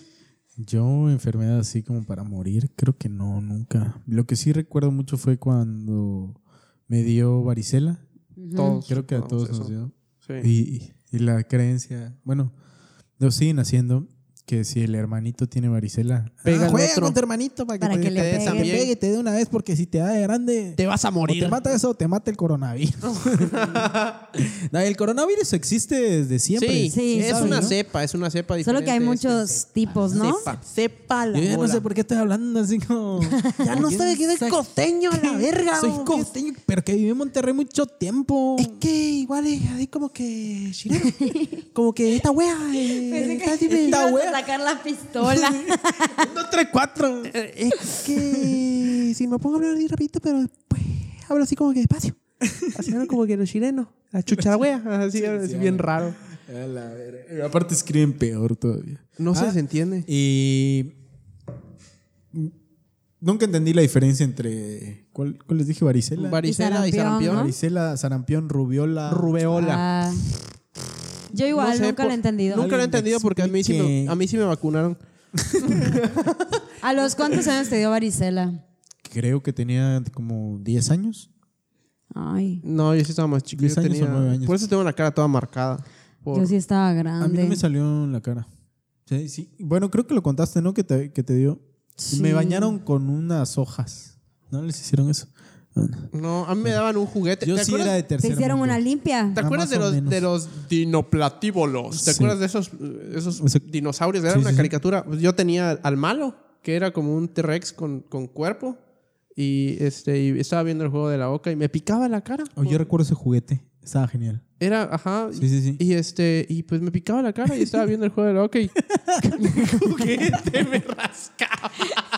Yo enfermedad así como para morir, creo que no, nunca. Lo que sí recuerdo mucho fue cuando me dio varicela. Todos. Creo que a tenemos todos eso. nos dio. Sí. Y, y la creencia, bueno, lo siguen haciendo que si el hermanito tiene varicela, "Ah, Pega al juega otro. con tu hermanito para que, Para te, que le te dé pegue. también. Pegue y te dé una vez porque si te da de grande Te vas a o te mata eso o te mata el coronavirus. No, el coronavirus existe desde siempre. Sí, Sí, es sabe, una ¿no? cepa, es una cepa diferente. Solo este que hay muchos tipos, ¿no? Cepa, cepa la Yo ya no bola. sé por qué estoy hablando así como. Ya no sabe que soy costeño, a la verga. Soy o qué- costeño, pero que viví en Monterrey mucho tiempo. Es que igual es así como que chileno. como que esta wea. eh, está dime- Ibas a wea. sacar la pistola. Un, dos, tres, cuatro. Eh, Es que si me pongo a hablar así rapidito, pero después hablo así como que despacio. Así hablo como que los chilenos. La chucha wea. Así, así bien raro. A la verga. Aparte escriben peor todavía. No Ah, se entiende. Y. Nunca entendí la diferencia entre. ¿Cuál, cuál les dije? Varicela. Varicela y sarampión, sarampión. ¿no? Varicela, sarampión, rubiola. Rubeola. Ah. Yo igual, No sé, nunca por- lo he entendido. Nunca lo he entendido porque a mí, sí me, explique. a mí sí me vacunaron. ¿A los cuántos años te dio varicela? Creo que tenía como 10 años. Ay, No, yo sí estaba más chico. ¿Diez yo años o tenía- nueve años? Por eso tengo la cara toda marcada. Por- yo sí estaba A mí no me grande. salió en la cara. Sí, sí. Bueno, creo que lo contaste, ¿no? Que te, que te dio. Sí. Me bañaron con unas hojas. ¿No les hicieron eso? Bueno. No, a mí me daban un juguete. Yo ¿Te sí acuerdas? era de Te tercero. hicieron una limpia. ¿Te Ah, acuerdas más de o los, menos. de los dinoplatívolos? ¿Te Sí. acuerdas de esos, eh, esos Ese- dinosaurios? Era Sí, una sí, sí. caricatura. Pues Yo tenía al malo, que era como un T-Rex con, con cuerpo. Y, este, y estaba viendo el juego de la oca y me picaba la cara. Oh, yo recuerdo ese juguete. Estaba genial. Era, ajá. Sí, sí, sí. Y este, y pues me picaba la cara y estaba viendo el juego de la oca y con el juguete me rascaba.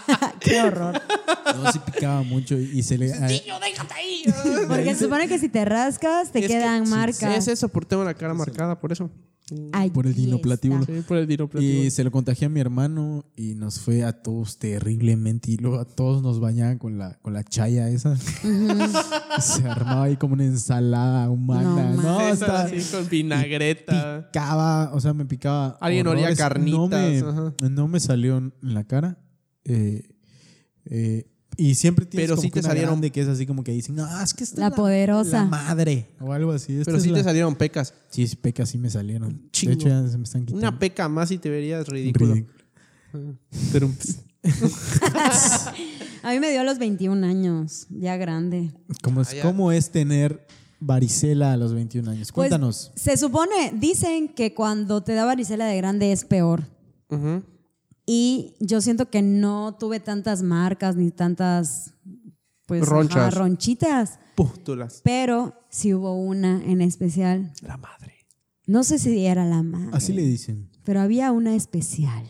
Qué horror. No, sí picaba mucho y y se le... a- Niño, déjate ahí. Porque se supone que si te rascas, te Es que- quedan Sí, marcas. es eso, por tengo la cara marcada, por eso. Por el Aquí dinoplatíbulo. está. Sí, por el dinoplatíbulo. Y se lo contagié a mi hermano y nos fue a todos terriblemente. Y luego a todos nos bañaban con la, con la chaya esa. se armaba ahí como una ensalada humana. No, No, Sí, eso está- así, con vinagreta. picaba, o sea, me picaba. Alguien olía horrores. carnitas, No ajá. me, no me salió en la cara. Eh, eh, y siempre tienes Pero como sí que te una salieron- grande que es así como que dicen, no, es que esta La es poderosa. la madre. O algo así. esta Pero es sí la- te salieron pecas. Sí, sí, pecas sí me salieron. Chingo. De hecho, ya se me están quitando. Una peca más y te verías ridículo. Ridículo. Pero A mí me dio a los 21 años, ya grande. ¿cómo es, Ah, ya. ¿cómo es tener varicela a los 21 años? Pues, Cuéntanos. se supone, dicen que cuando te da varicela de grande es peor. Ujú. Y yo siento que no tuve tantas marcas ni tantas pues, ajá, Ronchas. ronchitas, Pústulas. pero sí hubo una en especial. La madre. No sé si era la madre, Así le dicen. pero había una especial.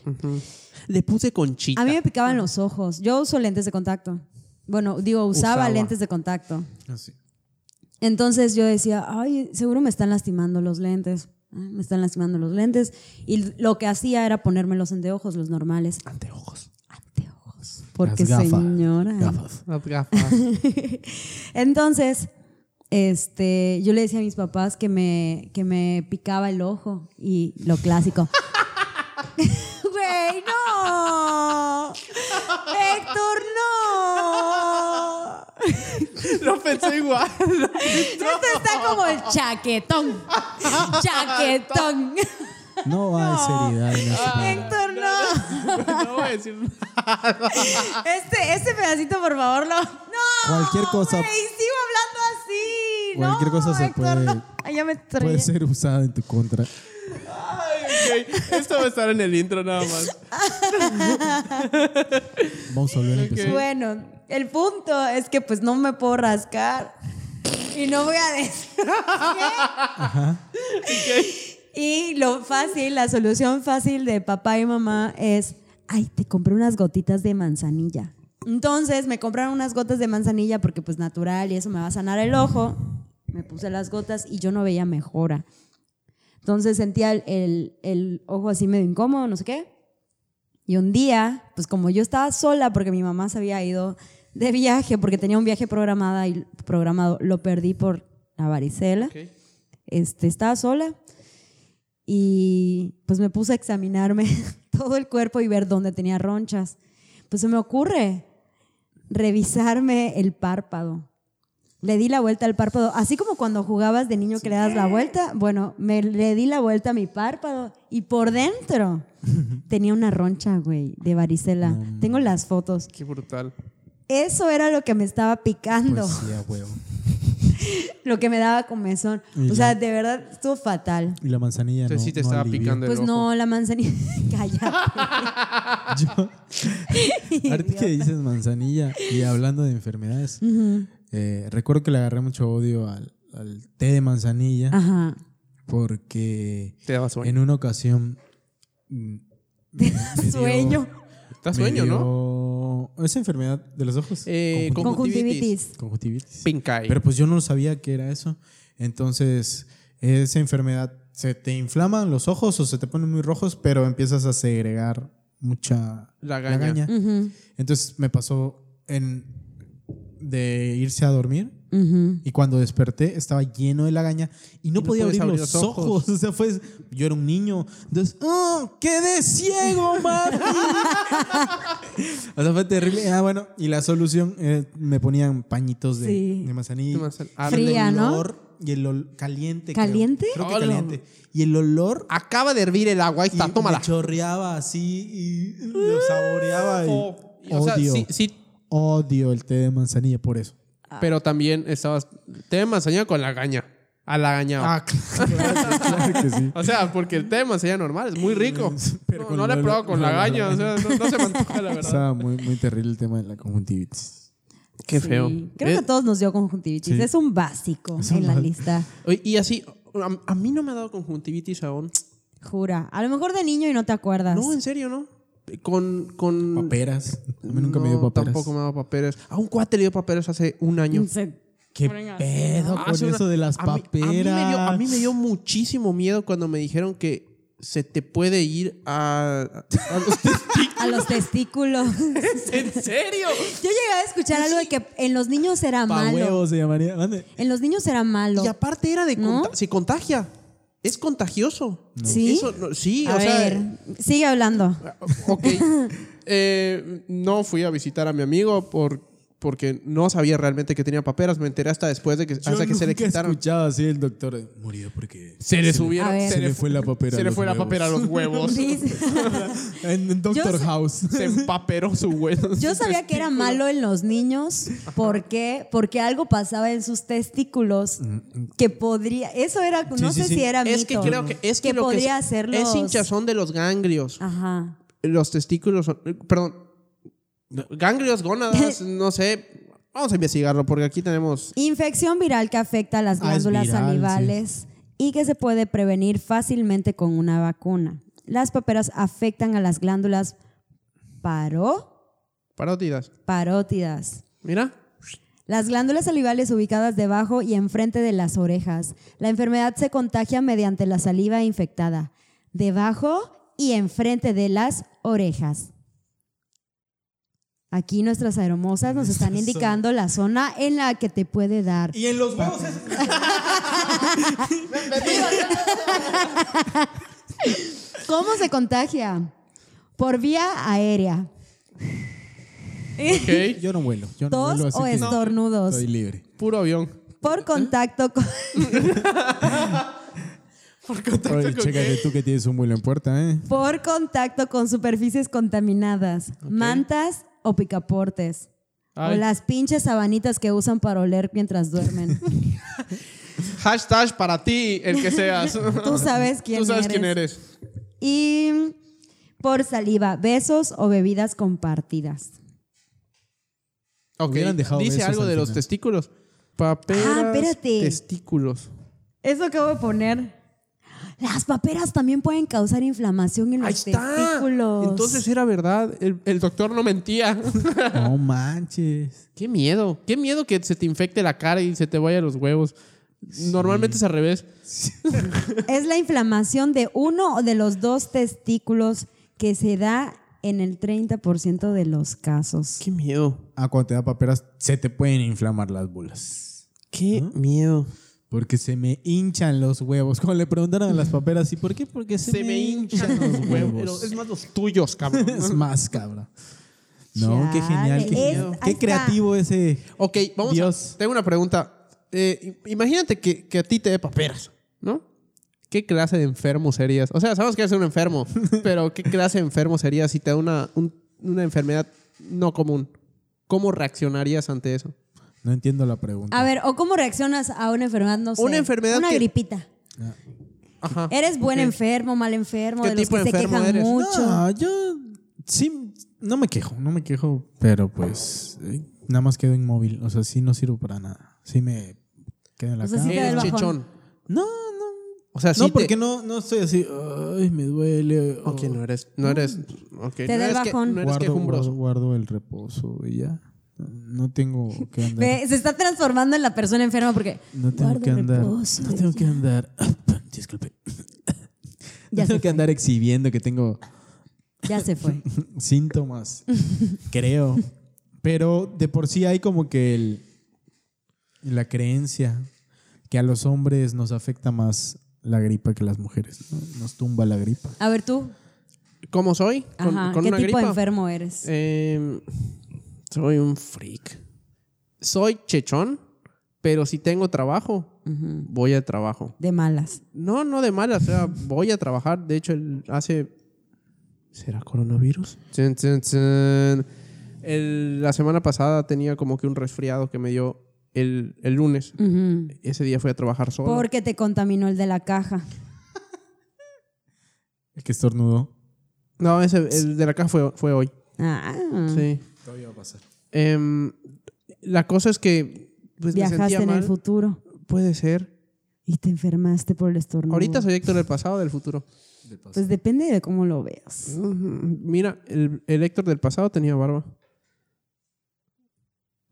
Le puse conchita. A mí me picaban los ojos. Yo uso lentes de contacto. Bueno, digo, usaba, Usaba. lentes de contacto. Ah, Así. Entonces yo decía, ay, seguro me están lastimando los lentes. Ay, Me están lastimando los lentes. Y lo que hacía era ponerme los anteojos, los normales. Anteojos. Anteojos. Porque Las gafas. señora. Gafas. Las gafas. Entonces, este, yo le decía a mis papás que me, que me picaba el ojo y lo clásico. Güey, no. Héctor, no. Lo pensé igual. Esto está como el chaquetón. Chaquetón. No hay seriedad en este programa. Héctor, no. No voy a decir nada. Este, este pedacito, por favor, lo. No. Cualquier cosa- güey, sigo hablando así. Cualquier No, cosa se Héctor, puede- no. Ay, ya me Puede trae. ser usada en tu contra. Ay, ok. Esto va a estar en el intro nada más. Vamos a volver a empezar. Bueno, el punto es que pues no me puedo rascar y no voy a decir qué. Y lo fácil, la solución fácil de papá y mamá es, ay, te compré unas gotitas de manzanilla. Entonces me compraron unas gotas de manzanilla porque pues natural y eso me va a sanar el ojo. Me puse las gotas y yo no veía mejora. Entonces sentía el, el- el ojo así medio incómodo, no sé qué. Y un día, pues como yo estaba sola porque mi mamá se había ido de viaje, porque tenía un viaje programada y programado, lo perdí por la varicela. Este, estaba sola y pues me puse a examinarme todo el cuerpo y ver dónde tenía ronchas. Pues se me ocurre revisarme el párpado. Le di la vuelta al párpado, así como cuando jugabas de niño que le das la vuelta. Bueno, me le di la vuelta a mi párpado y por dentro tenía una roncha, güey, de varicela. Tengo las fotos. Qué brutal. Eso era lo que me estaba picando, Pues sí, a huevo. lo que me daba comezón. Y O sea, la- de verdad estuvo fatal. Y la manzanilla no, Entonces sí te no estaba alivió. picando el Pues ojo. no, la manzanilla. Calla. Ahorita que dices manzanilla y hablando de enfermedades, eh, recuerdo que le agarré mucho odio al, al té de manzanilla Ajá. porque Te daba sueño. en una ocasión... mm, me- me dio- Sueño. Te da sueño, me ¿no? dio- Esa enfermedad de los ojos. Eh, conjuntivitis. Conjuntivitis. Conjuntivitis. Pink eye. Pero pues yo no sabía que era eso. Entonces, esa enfermedad se te inflaman los ojos o se te ponen muy rojos, pero empiezas a segregar mucha Lagaña. Entonces me pasó en de irse a dormir Ujú. Y cuando desperté estaba lleno de lagaña y no, Y no podía abrir, podías abrir los los ojos. ojos. O sea, fue, yo era un niño. Entonces, ¡ah! ¡Quedé ciego, mami! o sea, fue terrible. Ah, bueno, y la solución eh, me ponían pañitos de, Sí. de manzanilla. De ah, manzana. Y el Fría, ¿no? olor, Y el olor caliente. creo. ¿Caliente? Creo, que Hola. caliente. Y el olor Acaba de hervir el agua, ahí y está, me tómala. chorreaba así y lo saboreaba. y- Oh, o sea, odio, sí, sí, odio el té de manzanilla por eso. pero también estabas. Té de manzanilla con lagaña. A lagaña. Ah, claro, claro que sí. O sea, porque el té de manzanilla normal es muy rico. Pero no con no le he la- probado con la- lagaña. O sea, no, no se me antoja, la verdad. Estaba muy, muy terrible el tema de la conjuntivitis. Qué Sí. feo. Creo que a Eh, todos nos dio conjuntivitis. Sí. Es un básico Es un en la ba- lista. Oye, Y así, a, a mí no me ha dado conjuntivitis aún. Jura. A lo mejor de niño y no te acuerdas. No, en serio, ¿no? Con. con Paperas. A mí nunca me Mm. No, dio paperas. Tampoco me ha dado paperas. A un cuate le dio paperas hace un año. Se- ¿Qué Venga, pedo Ah, con hace una- eso de las a mí- a mí paperas? me dio- a, mí me dio, muchísimo miedo cuando me dijeron que se te puede ir a. a- a los testículos. A los testículos. Yo ¿En serio? llegué a escuchar algo de que en los niños era Pa' malo. huevo se llamaría. Mande. En los niños era malo. Y aparte era de. ¿No? conta- se contagia. Es contagioso. ¿Sí? Eso no- sí, a o sea. ah, ver, sigue hablando. Ok. Eh, no fui a visitar a mi amigo por, porque no sabía realmente que tenía paperas. Me enteré hasta después de que, Yo hasta que se le nunca he quitaron. escuchado así el doctor. eh, Murió porque. Se le subieron. A ver. se, Se le le fue la papera. se a le los fue la huevos. papera a los huevos. Dice- En, en Doctor sé- House. se empaperó su huevo. Yo sabía que era malo en los niños porque porque algo pasaba en sus testículos que podría eso era no Mm, Sí, sí, sé sí. si era Es que mito, creo que es que, lo que podría Ah. es, hacerlo es hinchazón de los ganglios. Ajá. Los testículos, son- eh, perdón, ganglios, gónadas, no sé. Vamos a investigarlo porque aquí tenemos Infección viral que afecta a las Ah, es glándulas viral, sí. salivales y que se puede prevenir fácilmente con una vacuna. Las paperas afectan a las glándulas paro, parótidas. parótidas. Mira, Las glándulas salivales ubicadas debajo y enfrente de las orejas. La enfermedad se contagia mediante la saliva infectada, debajo y enfrente de las orejas. Aquí nuestras aeromosas nos están indicando la zona en la que te puede dar. Y en los huevos es. ¿Cómo se contagia? Por vía aérea. ok, Yo no vuelo. Yo no Tos vuelo así o que estornudos. Estoy libre. puro avión. Por contacto con... Por contacto Oye, con chécate tú que tienes un vuelo en puerta, ¿eh? Por contacto con superficies contaminadas, mantas o picaportes. Ay. O las pinches sabanitas que usan para oler mientras duermen. qué. Hashtag para ti, el que seas. Tú sabes quién Tú sabes eres. quién eres. Y por saliva, besos o bebidas compartidas. Ok, Hubieran dejado dice besos algo al de los final. testículos. Paperas, Ah, espérate. testículos. Eso acabo de poner. Las paperas también pueden causar inflamación en los Ahí está. testículos. Entonces era verdad, el, el doctor no mentía. No manches. Qué miedo, qué miedo que se te infecte la cara y se te vaya los huevos. Normalmente es al revés. eh. Es la inflamación de uno o de los dos testículos que se da en el 30% de los casos. Qué miedo, Ah, cuando te da paperas, se te pueden inflamar las bolas. qué miedo. Porque se me hinchan los huevos. Cuando le preguntaron a las paperas, ¿y por qué? Porque se, me hinchan los huevos. es más los tuyos, cabrón. Es más, cabrón. No, qué Chale, genial, qué, es- genial. ahí Qué está. creativo ese. ok, vamos Dios. a... Tengo una pregunta. Eh, i- imagínate que, que a ti te dé paperas, ¿no? ¿Qué clase de enfermo serías? O sea, sabemos que eres un enfermo, pero ¿qué clase de enfermo serías si te da una, un- una enfermedad no común? ¿Cómo reaccionarías ante eso? No entiendo la pregunta. A ver, ¿o cómo reaccionas a una enfermedad? No sé. Una enfermedad Una que- gripita. Ah. Ajá. ¿Eres buen Ok. enfermo, mal enfermo? ¿Qué De los tipo que de se enfermo quejan eres? No, mucho. No, yo sí, no me quejo, no me quejo, pero pues eh, nada más quedo inmóvil. O sea, sí no sirvo para nada. Sí me quedo en la O sea, sí cama. te da el Eres bajón. chichón. No, no. O sea, sí no, te- porque no, no estoy así, ay, me duele. o- Ok, no eres. No eres. ok, da no el eres que- bajón. no eres guardo, quejumbroso. guardo, guardo el reposo y ya. No tengo que andar. Ve, se está transformando en la persona enferma porque No tengo guardo que andar. reposo. no tengo que andar. Disculpe. Ya no se tengo que fue. andar exhibiendo que tengo Ya se fue. síntomas. creo. Pero de por sí hay como que el. La creencia que a los hombres nos afecta más la gripa que a las mujeres. ¿no? Nos tumba la gripa. A ver tú, ¿Cómo soy? ¿Con, Ajá, con ¿qué una tipo de gripa? enfermo eres? Eh, soy un freak. Soy chechón, pero si tengo trabajo, Ujú. voy a trabajo. De malas. No, no de malas, o sea, voy a trabajar. De hecho, el- hace. ¿Será coronavirus? Tsun, tsun, tsun. El- la semana pasada tenía como que un resfriado que me dio el, el lunes. Ujú. Ese día fui a trabajar solo. Porque te contaminó el de la caja. El que estornudó. No, ese, el de la caja fue, fue hoy. Ah. Sí. Todavía va a pasar. Em, la cosa es que. Pues, me Viajaste sentía en el mal. futuro Puede ser. y te enfermaste por el estornudo. Ahorita soy Héctor del pasado o del futuro. Pues depende de cómo lo veas. Mm, Mira, el, el Héctor del pasado tenía barba.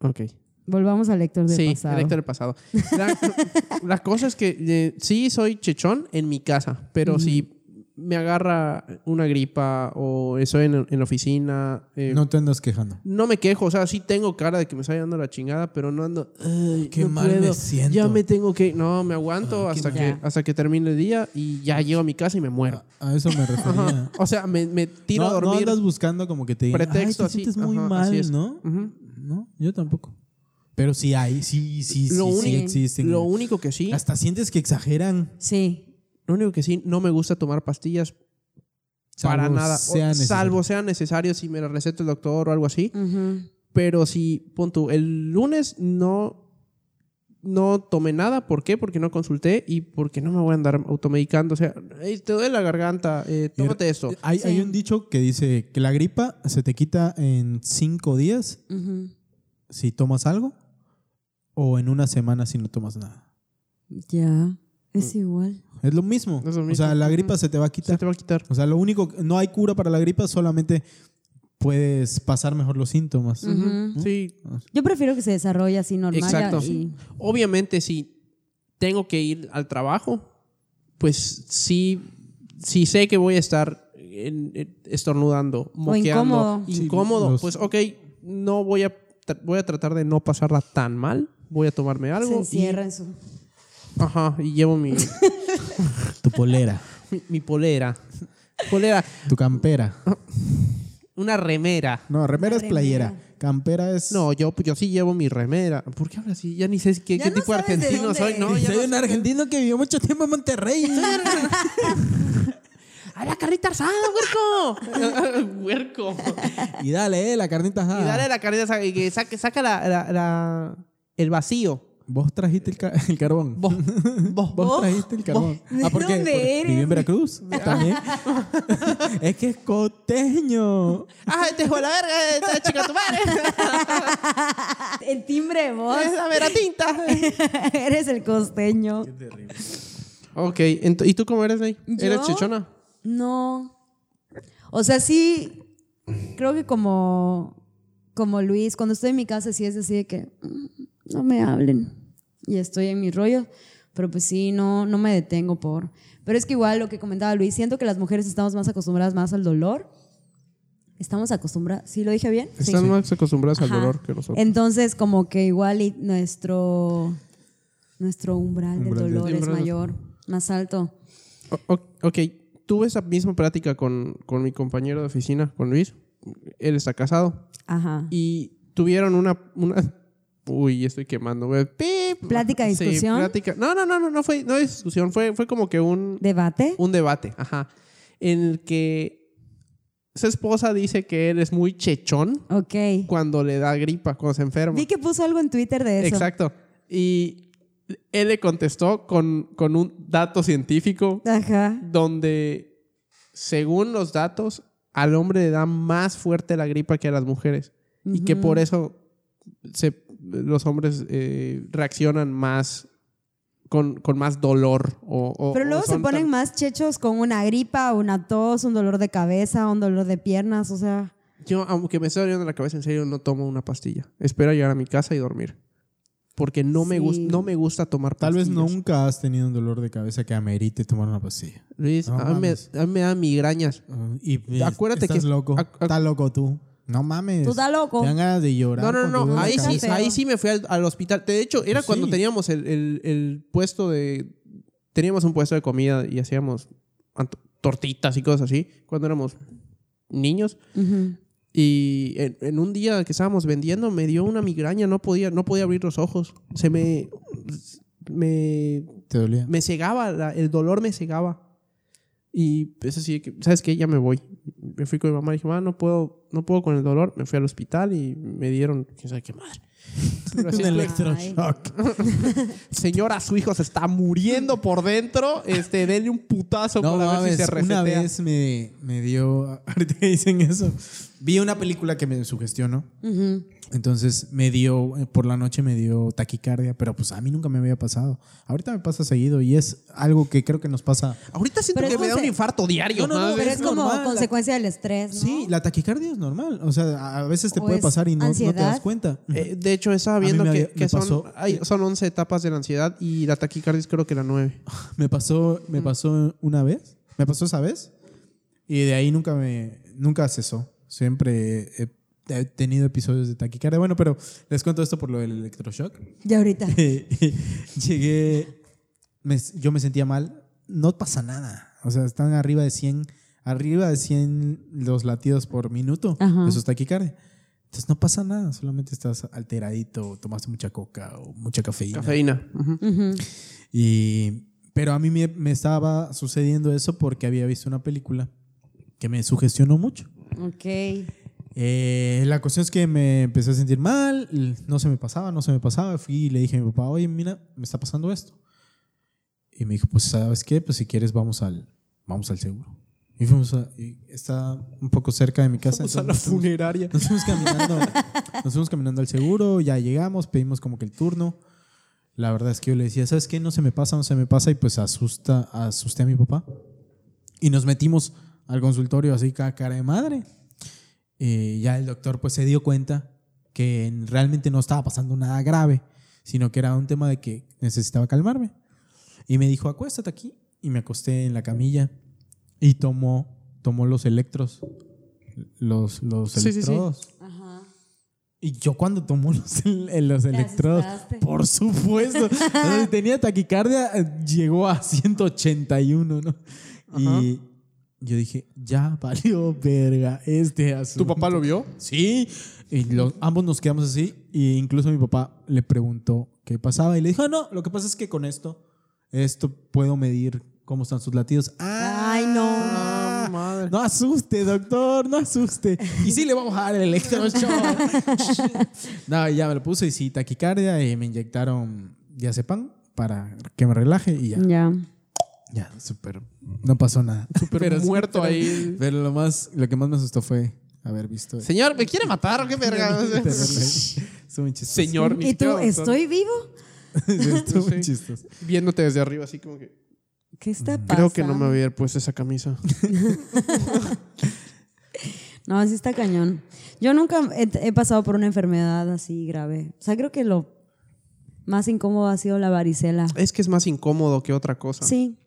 Ok. Volvamos al Héctor del sí, pasado. el Héctor del pasado. La, la cosa es que eh, sí soy chechón en mi casa, pero si me agarra una gripa o estoy en, en la oficina, eh, no. No te andas quejando. me quejo. O sea, sí tengo cara de que me está dando la chingada, pero no ando. "Ay, Qué no mal me puedo, siento". Ya me tengo que. No, me aguanto Ah, qué hasta, que, mal. hasta que termine el día y ya llego a mi casa y me muero. A, a eso me refería. O sea, me, me tiro Ah, no, a no dormir. andas buscando como que te digan, Pretexto, "Ay, te así". sientes muy Ajá, así es. mal, ¿no? Ujú. No, yo tampoco. Pero sí hay, sí, sí, sí, Lo sí único- existen. Lo único que sí, Hasta sientes que exageran. Sí. lo único que sí, no me gusta tomar pastillas para salvo nada. O- sea necesario. salvo sea necesario si me la receta el doctor o algo así. Ujú. Pero si, pon tú, el lunes no, no tomé nada. ¿Por qué? Porque no consulté y porque no me voy a andar automedicando. O sea, "Ey, te duele la garganta, eh, tómate esto. Hay, Sí. hay un dicho que dice que la gripa se te quita en cinco días Ujú. si tomas algo o en una semana si no tomas nada. Ya. Es Mm. igual. Es lo mismo. Es lo mismo. O sea, la gripa se te va a Se quitar. te va a quitar. O sea, lo único, no hay cura para la gripa, solamente puedes pasar mejor los síntomas. Ujú. Sí, Yo prefiero que se desarrolle así normal. Exacto. y- Obviamente, si tengo que ir al trabajo, pues sí, sí sé que voy a estar en- en- estornudando, moqueando, incómodo. incómodo, Sí, los- pues ok, no voy a, tra- voy a tratar de no pasarla tan mal. Voy a tomarme se algo. y, encierra en su... ajá, y llevo mi, Tu polera, mi, mi polera. Polera, tu campera. una remera. No, remera es playera. Campera es. No, yo, yo sí llevo mi remera. ¿Por qué hablas así? Ya ni sé qué, Ya qué no tipo de sabes de argentino soy, dónde- ¿no? Ya soy no un sé. argentino que vivió mucho tiempo en Monterrey. ¡Habla Carlita Arzada, huerco! ¡Huerco! y dale, eh, la carnita asada. Y dale la carnita, sa- y que saque, saca la, la- la- el vacío. Vos trajiste el, ca- el carbón. Vos, vos, Vos vos. trajiste el carbón. ¿De ¿por qué? dónde Porque eres? Viví en Veracruz Ah. también. es que es coteño. ¡Ah, te fue a la verga! ¡Esta chica tu madre! El timbre de voz. ¡Es la vera tinta! Eres el costeño. ok, ent- ¿y tú cómo eres, Ney? ¿Yo? ¿Eres chichona? No. O sea, sí, creo que como, como Luis, cuando estoy en mi casa sí es así de que "Mm, no me hablen y estoy en mi rollo, pero pues sí, no, no me detengo por... Pero es que igual lo que comentaba Luis, siento que las mujeres estamos más acostumbradas más al dolor. Estamos acostumbradas, ¿sí lo dije bien? Sí. Están más acostumbradas al Ajá. dolor que nosotros. Entonces, como que igual y nuestro, nuestro umbral, Umbral del de- dolor es Umbral de- mayor, más alto. O- o- ok, tuve esa misma práctica con, con mi compañero de oficina, con Luis. Él está casado. Ajá. y tuvieron una, una uy, estoy quemando, güey. Pip. ¿Plática, Sí, discusión? plática. No, no, no, no, no fue no es discusión, fue fue como que un ¿Debate? un debate, ajá, en el que su esposa dice que él es muy chechón Ok. cuando le da gripa, cuando se enferma. Vi que puso algo en Twitter de eso. Exacto. Y él le contestó con, con un dato científico Ajá. donde según los datos al hombre le da más fuerte la gripa que a las mujeres y que por eso se, los hombres eh, reaccionan más con, con más dolor o, o- Pero o luego se son ponen tan- más chechos con una gripa, una tos, un dolor de cabeza, un dolor de piernas, o sea. yo aunque me esté doliendo la cabeza en serio no tomo una pastilla espero llegar a mi casa y dormir porque no me Sí. gusta no me gusta tomar Tal pastillas vez nunca has tenido un dolor de cabeza que amerite tomar una pastilla. Luis No a, mí me, mames. a mí me dan migrañas Ah, Y Acuérdate estás que- loco. ac- ac- Estás loco tú. No mames. Tú da loco. Te dan ganas de llorar. No, no, cuando no, ves la Ahí cara. sí, Está feo. ahí sí me fui al, al hospital. De hecho, era Pues cuando sí. teníamos el, el- el puesto de. Teníamos un puesto de comida y hacíamos anto- tortitas y cosas así cuando éramos niños. Ujú. Y en, en un día que estábamos vendiendo me dio una migraña, no podía, no podía abrir los ojos. Se me. Me, Te dolía. me cegaba, la- el dolor me cegaba. Y es así, de que, ¿sabes qué? Ya me voy. Me fui con mi mamá y dije, mamá, no puedo, no puedo con el dolor. Me fui al hospital y me dieron, quién sabe qué madre. Pero así es que- Un electroshock. Señora, su hijo se está muriendo por dentro. Este, denle un putazo No para ver si mames, se resetea. una vez me, me dio. Ahorita que dicen eso. Vi una película que me sugestionó. Ujú. Entonces me dio, eh, por la noche me dio taquicardia, pero pues a mí nunca me había pasado. Ahorita me pasa seguido y es algo que creo que nos pasa. Ahorita siento Pero que es me da un conse- infarto diario. No, no, no, madre. Pero es como normal, la- consecuencia del estrés, ¿no? Sí, la taquicardia es normal. O sea, a- a veces te O puede es pasar y no, no te ansiedad. das cuenta. Eh, de hecho, estaba mí viendo me que, había- que me son, pasó. ay, son 11 etapas de la ansiedad y la taquicardia es creo que la 9. Me pasó, me pasó una vez, me pasó esa vez y de ahí nunca me, nunca cesó. Siempre he, he tenido episodios de taquicardia. Bueno, pero les cuento esto por lo del electroshock. Ya ahorita. Llegué, me- yo me sentía mal, no pasa nada. O sea, están arriba de 100, arriba de 100 los latidos por minuto. Ajá. Eso es taquicardia. Entonces no pasa nada, solamente estás alteradito, o tomaste mucha coca o mucha Cafeína. Ujú. Ujú. y, pero a mí me, me estaba sucediendo eso porque había visto una película que me sugestionó mucho. Ok. Eh, la cuestión es que me empecé a sentir mal, l- no se me pasaba, no se me pasaba. Fui y le dije a mi papá, oye, mira, me está pasando esto. Y me dijo, pues, ¿sabes qué? Pues si quieres, vamos al, vamos al seguro. Y fuimos a- y está un poco cerca de mi casa. Vamos a la entonces nos fuimos- funeraria. nos fuimos caminando, nos fuimos caminando al seguro, ya llegamos, pedimos como que el turno. La verdad es que yo le decía, ¿sabes qué? No se me pasa, no se me pasa. Y pues asusta, asusté a mi papá. Y nos metimos al consultorio así, ca- cara de madre. Eh, ya el doctor pues se dio cuenta que en- realmente no estaba pasando nada grave, sino que era un tema de que necesitaba calmarme. Y me dijo, acuéstate aquí. Y me acosté en la camilla y tomó, tomó los electros. Los, los Sí, sí, sí. electrodos. Ajá. Y yo cuando tomo los, el- eh, los electrodos, asustaste. por supuesto, Cuando tenía taquicardia, eh, llegó a 181, ¿no? Ajá. Y yo dije, ya valió verga este asunto. ¿Tu papá lo vio? Sí. Y los, ambos nos quedamos así. Y incluso mi papá le preguntó qué pasaba. Y le dijo, "Ah, no, lo que pasa es que con esto, esto puedo medir cómo están sus latidos. Ay, Ah, no. madre. No asuste, doctor, no asuste. Y sí le vamos a dar el electroshock. no, ya me lo puse y sí, taquicardia y me inyectaron diazepam para que me relaje y ya. Ya. Ya, súper. No pasó nada. Súper Pero muerto ahí. Pero lo más, lo que más me asustó fue haber visto. eso. Señor, ¿me quiere matar? ¿Qué verga? Pero, Estuvo muy chistoso. Señor, ni ¿Y tú, siquiera doctor. estoy vivo? Estuvo muy Sí. chistoso. Viéndote desde arriba así como que... ¿Qué está pasando? Creo que no me había puesto esa camisa. No, así está cañón. Yo nunca he, he pasado por una enfermedad así grave. O sea, creo que lo más incómodo ha sido la varicela. Es que es más incómodo que otra cosa. Sí.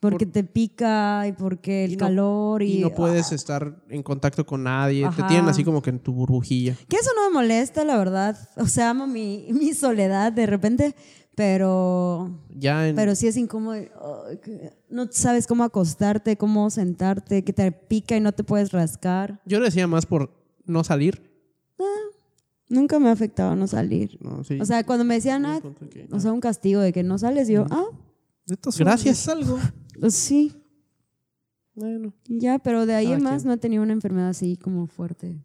Porque te pica y porque el no- calor y... Y no puedes estar en contacto con nadie. Te ah. Ajá. tienen así como que en tu burbujilla. Que eso no me molesta, la verdad. O sea, amo mi, mi soledad de repente, pero... Ya en... Pero sí es incómodo. Ay, que- No sabes cómo acostarte, cómo sentarte, que te pica y no te puedes rascar. Yo lo decía más por no salir. Nunca me ha afectado no salir. No, sí. O sea, cuando me decían, ah, Punto que- o sea, un castigo de que no sales, yo, ah, Gracias. algo. pues sí, "Ah, Bueno. ya, pero de ahí Cada en más quien. no he tenido una enfermedad así como fuerte.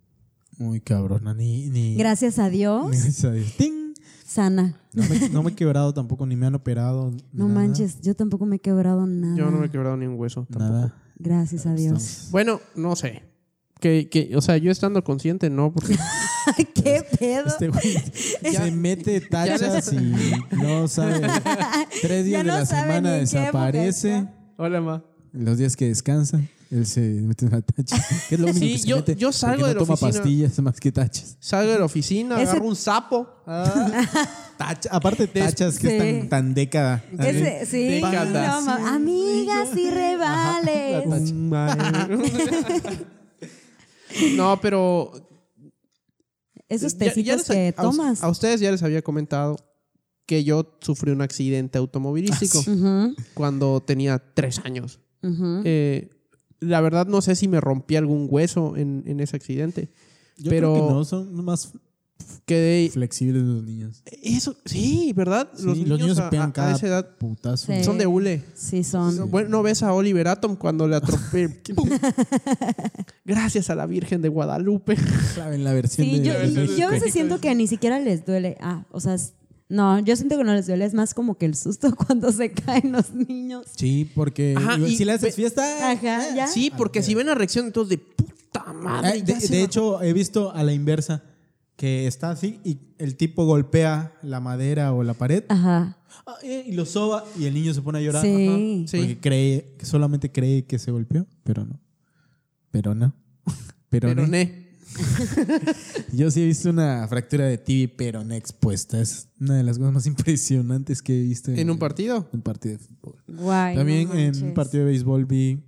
Muy cabrona, ni. ni Gracias a Dios, Gracias a Dios. ¡Ting! sana. No me, no me he quebrado tampoco, ni me han operado. ni No nada. manches, yo tampoco me he quebrado nada. Yo no me he quebrado ni un hueso tampoco. Nada. Gracias a Dios. Estamos- Bueno, no sé. Que, que, o sea, yo estando consciente, no, porque ¿Qué pedo? Este güey se mete tachas Ya y no sabe. Tres Ya días no de la sabe semana ni en qué época desaparece. está. Hola, ma. Los días que descansa, él se mete una tacha. Que es lo único Sí, que se yo- mete, yo salgo porque de no la toma oficina. pastillas más que tachas. Salgo de la oficina, Ese- agarro un sapo. Ah, Tacha- aparte tachas que Sí. es tan, tan década. Ese- sí, Décadas. no, ma- amiga, sí revales. un- ay. no, pero Esos Ya- ya tecitos les ha- que a us- tomas. A, ustedes ya les había comentado que yo sufrí un accidente Ah, automovilístico Ujú, cuando tenía tres años. ujú. Eh, la verdad no sé si me rompí algún hueso en, en ese accidente. Yo Pero- creo que no, son más Quedé... flexibles los niños. Eso, sí, ¿verdad? Sí, los, niños se a- pegan a- a cada esa edad putazo. Sí. son de hule. Sí, son. No, bueno, no ves a Oliver Atom cuando le atropé. ¡Pum! Gracias a la Virgen de Guadalupe. En la versión Sí, de- yo, de y- yo a México. veces siento que ni siquiera les duele. Ah, o sea, s- no, yo siento que no les duele. Es más como que el susto cuando se caen los niños. Sí, porque Ajá, digo, y si le haces ve- fiesta. Ajá, ya. Sí, porque si ven la reacción, entonces de puta madre. Eh, ya de se de bajó. hecho, he visto a la inversa, que está así y el tipo golpea la madera o la pared Ajá. ah, eh, y lo soba y el niño se pone a llorar. Sí. Sí. Porque cree, que solamente cree que se golpeó, pero no. Pero no. Pero, Pero, no. ne. Yo sí he visto una fractura de tibia y peroné expuesta. Es una de las cosas más impresionantes que he visto ¿En un partido? en un partido de fútbol. Guay. También no en manches. un partido de béisbol vi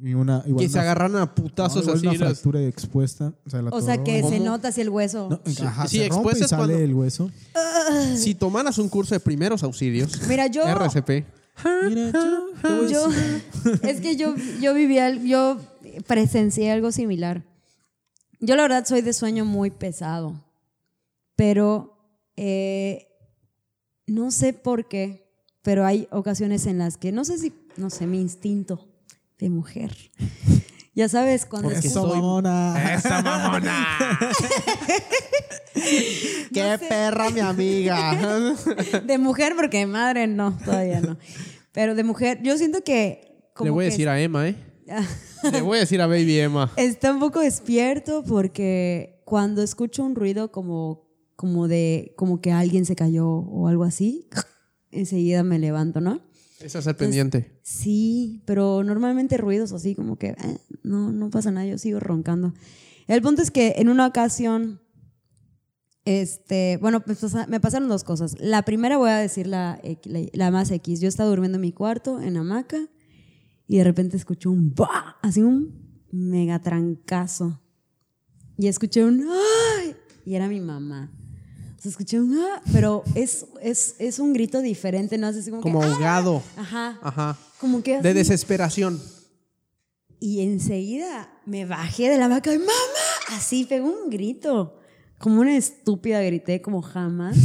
y una igual que se una- agarran a no, putazos igual así. una las- fractura expuesta. O sea, la O sea, torró. que se ¿Cómo? nota así el hueso. No, ajá, Sí, se rompe expuesta y es sale cuando- el hueso. Si tomaras un curso de primeros auxilios, Mira, yo. RCP, Mira, yo- yo es que yo, yo vivía, al- yo presencié algo similar. Yo la verdad soy de sueño muy pesado, pero eh, no sé por qué, pero hay ocasiones en las que, no sé si, no sé, mi instinto de mujer. Ya sabes, cuando... Porque Eso, soy- mamona. ¡Esta mamona! ¡Qué perra, mi amiga! De mujer, porque madre no, todavía no. Pero de mujer, yo siento que... Le voy a que- decir a Emma, ¿eh? Le voy a decir a Baby Emma. Está un poco despierto porque cuando escucho un ruido como, como de como que alguien se cayó o algo así, enseguida me levanto, ¿no? Esa es el pendiente. Sí, pero normalmente ruidos así como que eh, no, no pasa nada, yo sigo roncando. El punto es que en una ocasión, este, bueno, pues, pasa- me pasaron dos cosas. La primera voy a decir la, equ- la- la más X. Yo estaba durmiendo en mi cuarto, en hamaca, y de repente escuché un ¡bah! así un mega trancazo. Y escuché un ¡ay! Y era mi mamá. O sea, escuché un ¡ah! Pero es, es, es un grito diferente, ¿no? Es así como, que, Como "Ah". ahogado. Ajá. Ajá. Como que De así. desesperación. Y enseguida me bajé de la vaca y mamá, así pegó un grito. Como una estúpida grité, como jamás.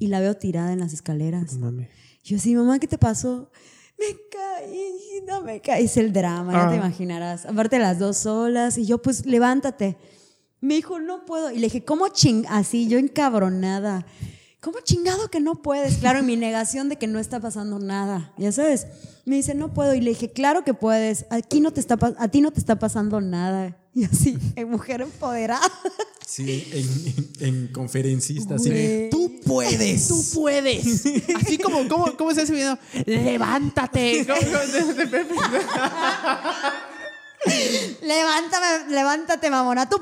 Y la veo tirada en las escaleras. Mami. Yo así, mamá, ¿qué te pasó? Me caí, no me caí. Es el drama, ya Ah. te imaginarás. Aparte las dos solas. Y yo, pues, levántate. Me dijo, no puedo. Y le dije, ¿cómo ching? Así, yo encabronada. ¿Cómo chingado que no puedes? Claro, en mi negación de que no está pasando nada. Ya sabes. Me dice, no puedo. Y le dije, claro que puedes. Aquí no te está, pas- a ti no te está pasando nada. Y así, eh, mujer empoderada. Sí, en, en- en conferencista. así, Güey. Tú puedes. Tú puedes. Así como, ¿cómo, cómo se hace video? ¡Levántate! ¿Cómo- cómo- de- de- Levántame, levántate, mamona. Tú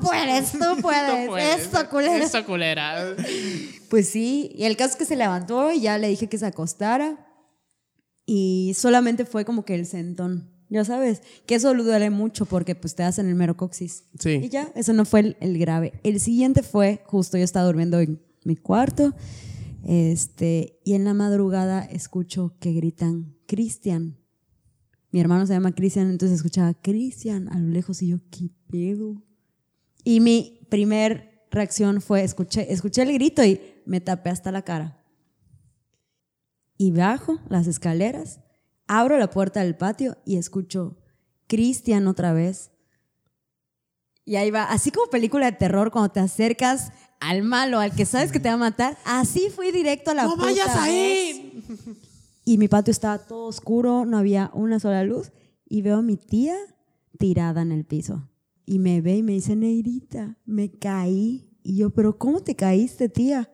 puedes, tú puedes. puedes. Eso, culera. Eso, culera. Pues sí, y el caso es que se levantó y ya le dije que se acostara y solamente fue como que el sentón, ya sabes, que eso lo duele mucho porque pues te hacen el mero coxis. Sí. Y ya, eso no fue el, el grave. El siguiente fue justo yo estaba durmiendo en mi cuarto este, y en la madrugada escucho que gritan, Cristian. Mi hermano se llama Cristian, entonces escuchaba Cristian a lo lejos y yo, ¿qué pedo? Y mi primer reacción fue, escuché, escuché el grito y me tapé hasta la cara. Y bajo las escaleras, abro la puerta del patio y escucho Cristian otra vez. Y ahí va, así como película de terror cuando te acercas al malo, al que sabes que te va a matar, así fui directo a la ¡No puta vayas vez. ahí! Y mi patio estaba todo oscuro, no había una sola luz. Y veo a mi tía tirada en el piso. Y me ve y me dice, Neirita, me caí. Y yo, pero ¿cómo te caíste, tía?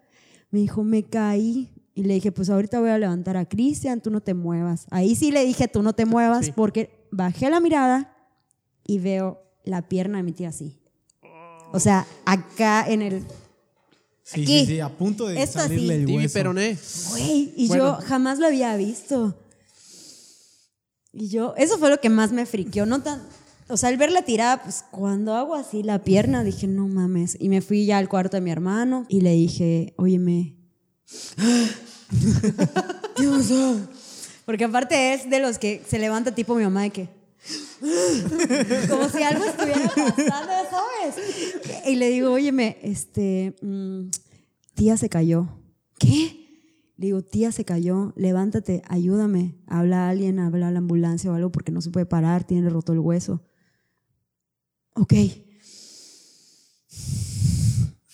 Me dijo, me caí. Y le dije, pues ahorita voy a levantar a Cristian, tú no te muevas. Ahí sí le dije, tú no te muevas, Sí. porque bajé la mirada y veo la pierna de mi tía así. O sea, acá en el... Sí, Aquí. sí, sí, a punto de Esto salirle así. el Tibi hueso. Peroné. Güey, y Bueno. yo jamás lo había visto. Y yo, eso fue lo que más me friqueó, no tan, o o sea, al verla tirada, pues cuando hago así la pierna, dije, no mames. Y me fui ya al cuarto de mi hermano y le dije, óyeme. ¿Qué pasó? Porque aparte es de los que se levanta tipo mi mamá de que... Como si algo estuviera pasando, ya ¿sabes? Y le digo, óyeme, este, mm, tía se cayó. ¿Qué? Le digo, tía se cayó, levántate, ayúdame, habla a alguien, habla a la ambulancia o algo porque no se puede parar, tiene roto el hueso. Ok.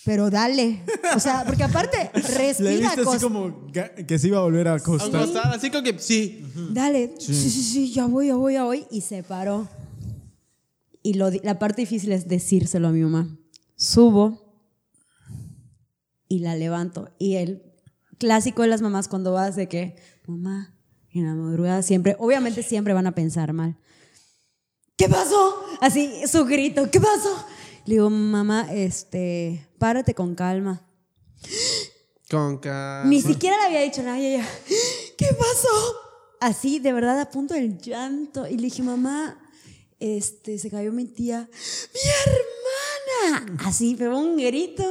Pero dale. O sea, porque aparte, Le respira, viste así cos- como ga- que se iba a volver a acostar. Acostada, así como que sí. Dale, sí. sí, sí, ya voy, ya voy, ya voy. Y se paró. Y lo, di- la parte difícil es decírselo a mi mamá. Subo y la levanto. Y el clásico de las mamás cuando vas de que, mamá, en la madrugada siempre, obviamente siempre van a pensar mal. ¿Qué pasó? Así, su grito, ¿qué pasó? Le digo, mamá, este, párate con calma. Con calma. Ni siquiera le había dicho nada. y ella, ¿qué pasó? Así, de verdad, a punto del llanto. Y le dije, mamá, este, se cayó mi tía. ¡Mi hermana! Así, pegó un grito.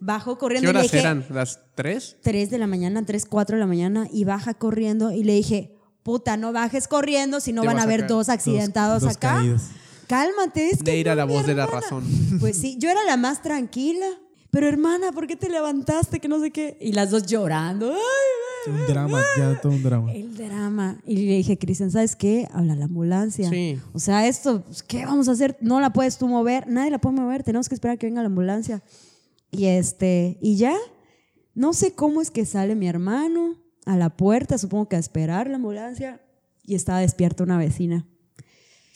Bajó ¿Qué corriendo. y le horas dije, eran? ¿Las tres? 3 de la mañana, 3, 4 de la mañana. Y baja corriendo. Y le dije, puta, no bajes corriendo, si no Te van a vas a haber caer. dos accidentados dos acá. caídas. Cálmate, es que Neira, no, la mi voz de la hermana". razón. Pues sí, yo era la más tranquila. Pero hermana, ¿por qué te levantaste? Que no sé qué. Y las dos llorando. Ay, ay, Un drama, ya todo un drama. el drama. Y le dije, Cristian, ¿sabes qué? Habla a la ambulancia. Sí. O sea, esto, pues, ¿qué vamos a hacer? No la puedes tú mover, nadie la puede mover, tenemos que esperar que venga la ambulancia. Y este, y ya, no sé cómo es que sale mi hermano a la puerta, supongo que a esperar la ambulancia, y estaba despierta una vecina.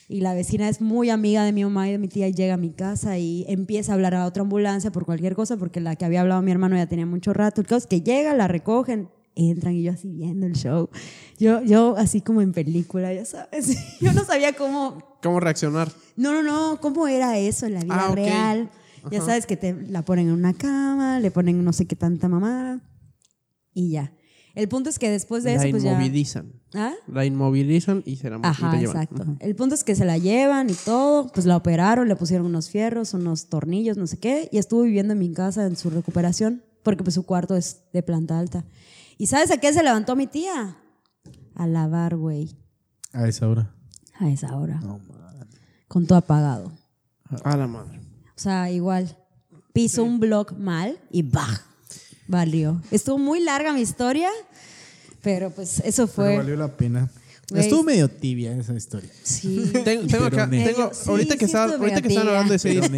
Y la vecina es muy amiga de mi mamá y de mi tía y llega a mi casa y empieza a hablar a otra ambulancia por cualquier cosa, porque la que había hablado mi hermano ya tenía mucho rato. El caso es que llega, la recogen, entran y yo así viendo el show. Yo, yo así como en película, ya sabes. Yo no sabía cómo ¿Cómo reaccionar? no, no, no, ¿cómo era eso en la vida Ah, ok. real? Ya Ajá. sabes que te la ponen en una cama, le ponen no sé qué tanta mamada y ya. El punto es que después de la eso, pues ya. inmovilizan. ¿Ah? La inmovilizan y se la, y Ajá, la llevan. exacto. Ajá. El punto es que se la llevan y todo, pues la operaron, le pusieron unos fierros, unos tornillos, no sé qué, y estuvo viviendo en mi casa en su recuperación, porque pues su cuarto es de planta alta. ¿Y sabes a qué se levantó mi tía? A lavar, güey, A esa hora. a esa hora. Con todo apagado. A la madre. O sea, igual. Piso un blog mal y ¡bah! Valió. Estuvo muy larga mi historia, pero pues eso Pero fue. valió la pena. Güey. Estuvo medio tibia esa historia. Sí. Tengo, tengo acá, Peroné. tengo, Sí, ahorita que, sí estaban, estuvo ahorita que estaban medio hablando de series,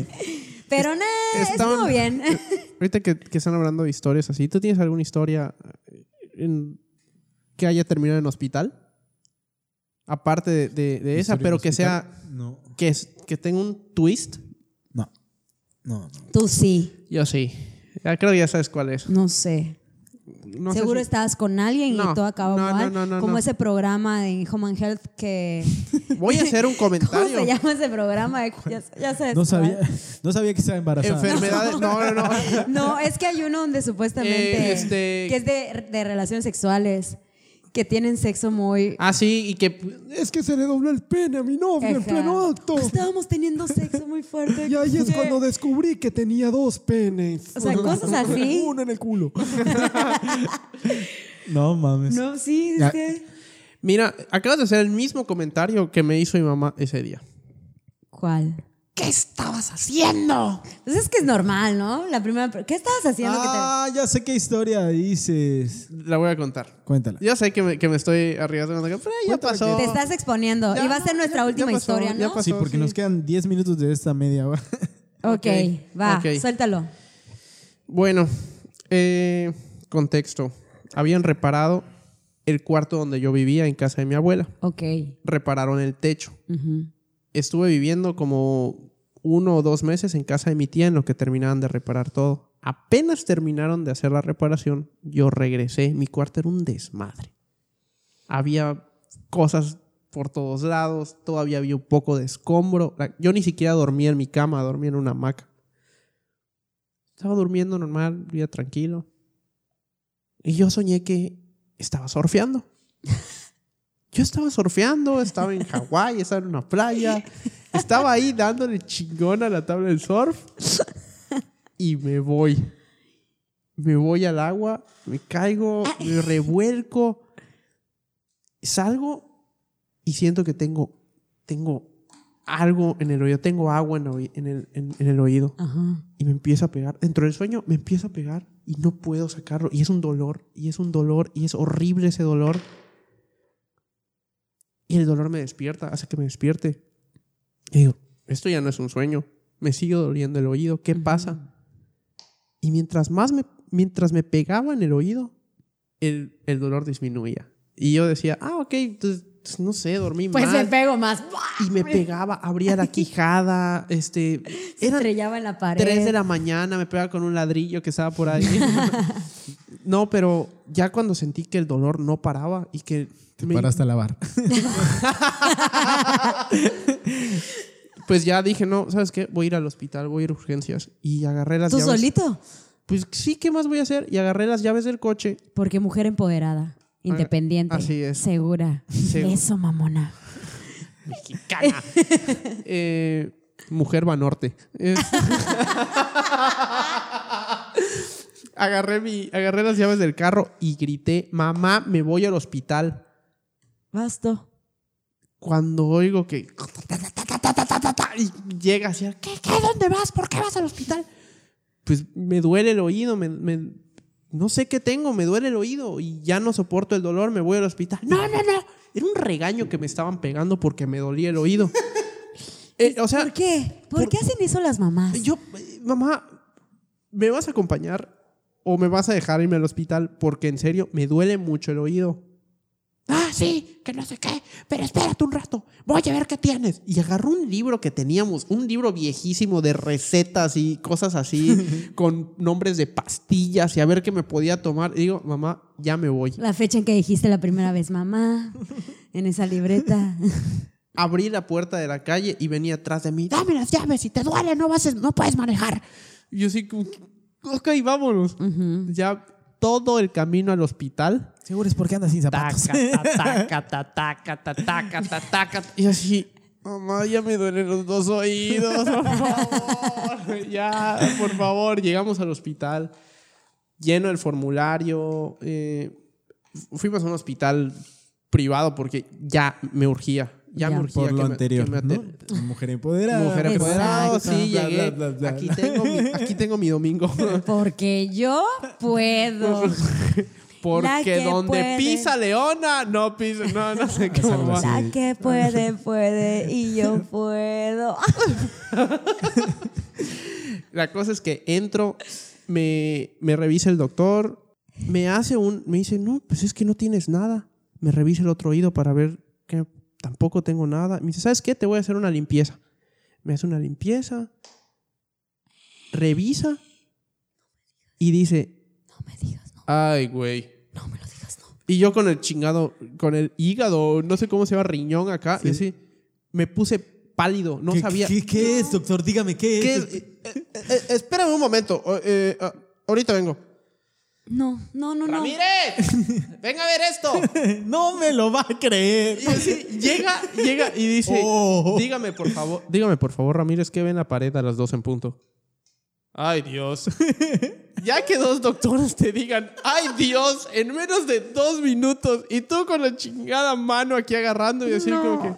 Pero nada, Estaban- estuvo bien. ahorita que, que están hablando de historias así, ¿tú tienes alguna historia eh, en- que haya terminado en hospital? Aparte de, de- de esa, Historia pero en que hospital. sea, No, que, es- que tenga un twist. no, no. no. Tú sí, Yo sí. Ya creo que ya sabes cuál es. no sé. No sé Seguro si- estabas con alguien y No, todo acabó no, no, mal. no, no, como no. ese programa de Human Health que. Voy a hacer un ¿Cómo se comentario. llama ese programa? Ya, ya este sabes. No cuál. sabía, no sabía que estaba embarazada. Enfermedades. No, no, no. No, es que hay uno donde supuestamente. Eh, este- Que es de, de relaciones sexuales. Que tienen sexo muy. Ah, sí, y que Es que se le dobló el pene a mi novia Ajá. Estábamos teniendo sexo muy fuerte. Sí. descubrí que tenía dos penes. O sea, cosas así. en el culo. no mames. No, sí, es Ya. que. Mira, acabas de hacer el mismo comentario que me hizo mi mamá ese día. ¿Cuál? ¿Qué estabas haciendo? Pues es que es normal, ¿no? La primera. pre- ¿Qué estabas haciendo? que te- Ah, ya sé qué historia dices. La voy a contar. Cuéntala. Ya sé que me, que me estoy arriesgando, pero ya Cuéntame pasó. Te estás exponiendo. Ya, y va a ser nuestra ya- ya última pasó, historia, ya ¿no? pasó. Sí, porque sí. nos quedan 10 minutos de esta media hora. ok, va, ok. suéltalo. Bueno, eh, contexto. Habían reparado el cuarto donde yo vivía en casa de mi abuela. Ok. Repararon el techo. ujú. Estuve viviendo como uno o dos meses en casa de mi tía en lo que terminaban de reparar todo. Apenas terminaron de hacer la reparación, yo regresé. Mi cuarto era un desmadre. Había cosas por todos lados, todavía había un poco de escombro. La- Yo ni siquiera dormía en mi cama, dormía en una hamaca. Estaba durmiendo normal, día tranquilo. Y yo soñé que estaba surfeando. Yo estaba surfeando, estaba en Hawái, estaba en una playa. Estaba ahí dándole chingón a la tabla del surf y me voy. Me voy al agua, me caigo, me revuelco, salgo y siento que tengo, tengo algo en el oído, tengo agua en, oí- en el, en- en el oído Ajá. y me empieza a pegar. Dentro del sueño me empieza a pegar y no puedo sacarlo. Y es un dolor, y es un dolor, y es horrible ese dolor. Y el dolor me despierta, hace que me despierte. Y digo, esto ya no es un sueño. Me sigue doliendo el oído. ¿Qué pasa? Y mientras más me, mientras me pegaba en el oído, el, el dolor disminuía. Y yo decía, ah, ok, entonces, no sé, dormí Pues mal. le pego más. y me pegaba, abría la quijada, este... Se Era, estrellaba en la pared. 3 de la mañana, me pegaba con un ladrillo que estaba por ahí. no, pero ya cuando sentí que el dolor no paraba y que Te me- paraste a lavar. pues ya dije, no, ¿sabes qué? Voy a ir al hospital, voy a ir a urgencias. Y agarré las ¿Tú llaves. solito? Pues sí, ¿qué más voy a hacer? Y agarré las llaves del coche. Porque mujer empoderada, independiente, Ah, así es. segura. Segu- Eso, mamona. Mexicana. Eh, mujer Banorte. Eh, Es- agarré, mi, agarré las llaves del carro y grité, mamá, me voy al hospital. Basto. cuando oigo que y llega así, ¿qué, qué, dónde vas? ¿Por qué vas al hospital? Pues me duele el oído, me, me- no sé qué tengo, me duele el oído y ya no soporto el dolor, me voy al hospital. No, no, no. Era un regaño que me estaban pegando porque me dolía el oído. Eh, o sea, ¿Por qué? ¿Por, por- qué hacen eso las mamás? yo, eh, mamá, ¿me vas a acompañar o me vas a dejar irme al hospital? Porque en serio, me duele mucho el oído. Ah, sí, que no sé qué, pero espérate un rato, voy a ver qué tienes. Y agarró un libro que teníamos, un libro viejísimo de recetas y cosas así, con nombres de pastillas y a ver qué me podía tomar. Y digo, mamá, ya me voy. La fecha en que dijiste la primera vez, mamá, en esa libreta. abrí la puerta de la calle y venía atrás de mí. Dame las llaves, si te duele, no, vas a- no puedes manejar. Y yo así, como que, ok, vámonos. Ya todo el camino al hospital. Seguro es porque andas sin zapatos. Taca, taca, taca, taca, taca, taca, taca, taca. Y yo así, mamá, ya me duelen los dos oídos, por favor. ya, por favor. Llegamos al hospital, lleno el formulario. eh, fu- fuimos a un hospital privado porque ya me urgía. Ya, Ya. me urgía. Por que lo me- que anterior, me ¿no? ate- Mujer empoderada. Mujer Exacto. empoderada, sí, Bla, llegué. bla, bla, bla. Aquí, tengo mi, aquí tengo mi domingo. Porque yo puedo. La Porque que donde puede. pisa Leona, no pisa, no, no sé cómo algo va. así. La que puede, puede y yo puedo. La cosa es que entro, me, me revisa el doctor, me hace un, me dice, no, pues es que no tienes nada. Me revisa el otro oído para ver que tampoco tengo nada. Me dice, ¿sabes qué? Te voy a hacer una limpieza. Me hace una limpieza, revisa y dice, No me digas no, ay, güey. no me lo digas no. Y yo con el chingado, con el hígado, no sé cómo se llama, riñón acá, y así, me puse pálido, no ¿Qué, sabía. ¿qué, qué es, doctor? Dígame, ¿qué, ¿Qué es? es? Eh, eh, eh, espérame un momento, o- eh, ah, ahorita vengo. No, no, no, no. ¡Ramírez! ¡Venga a ver esto! No me lo va a creer. Y así, llega, llega y dice, Oh. dígame por favor, dígame por favor, Ramírez, ¿qué ve en la pared a las dos en punto? Ay, Dios. Ya que dos doctores te digan, ay Dios, en menos de dos minutos, y tú con la chingada mano aquí agarrando y así como que,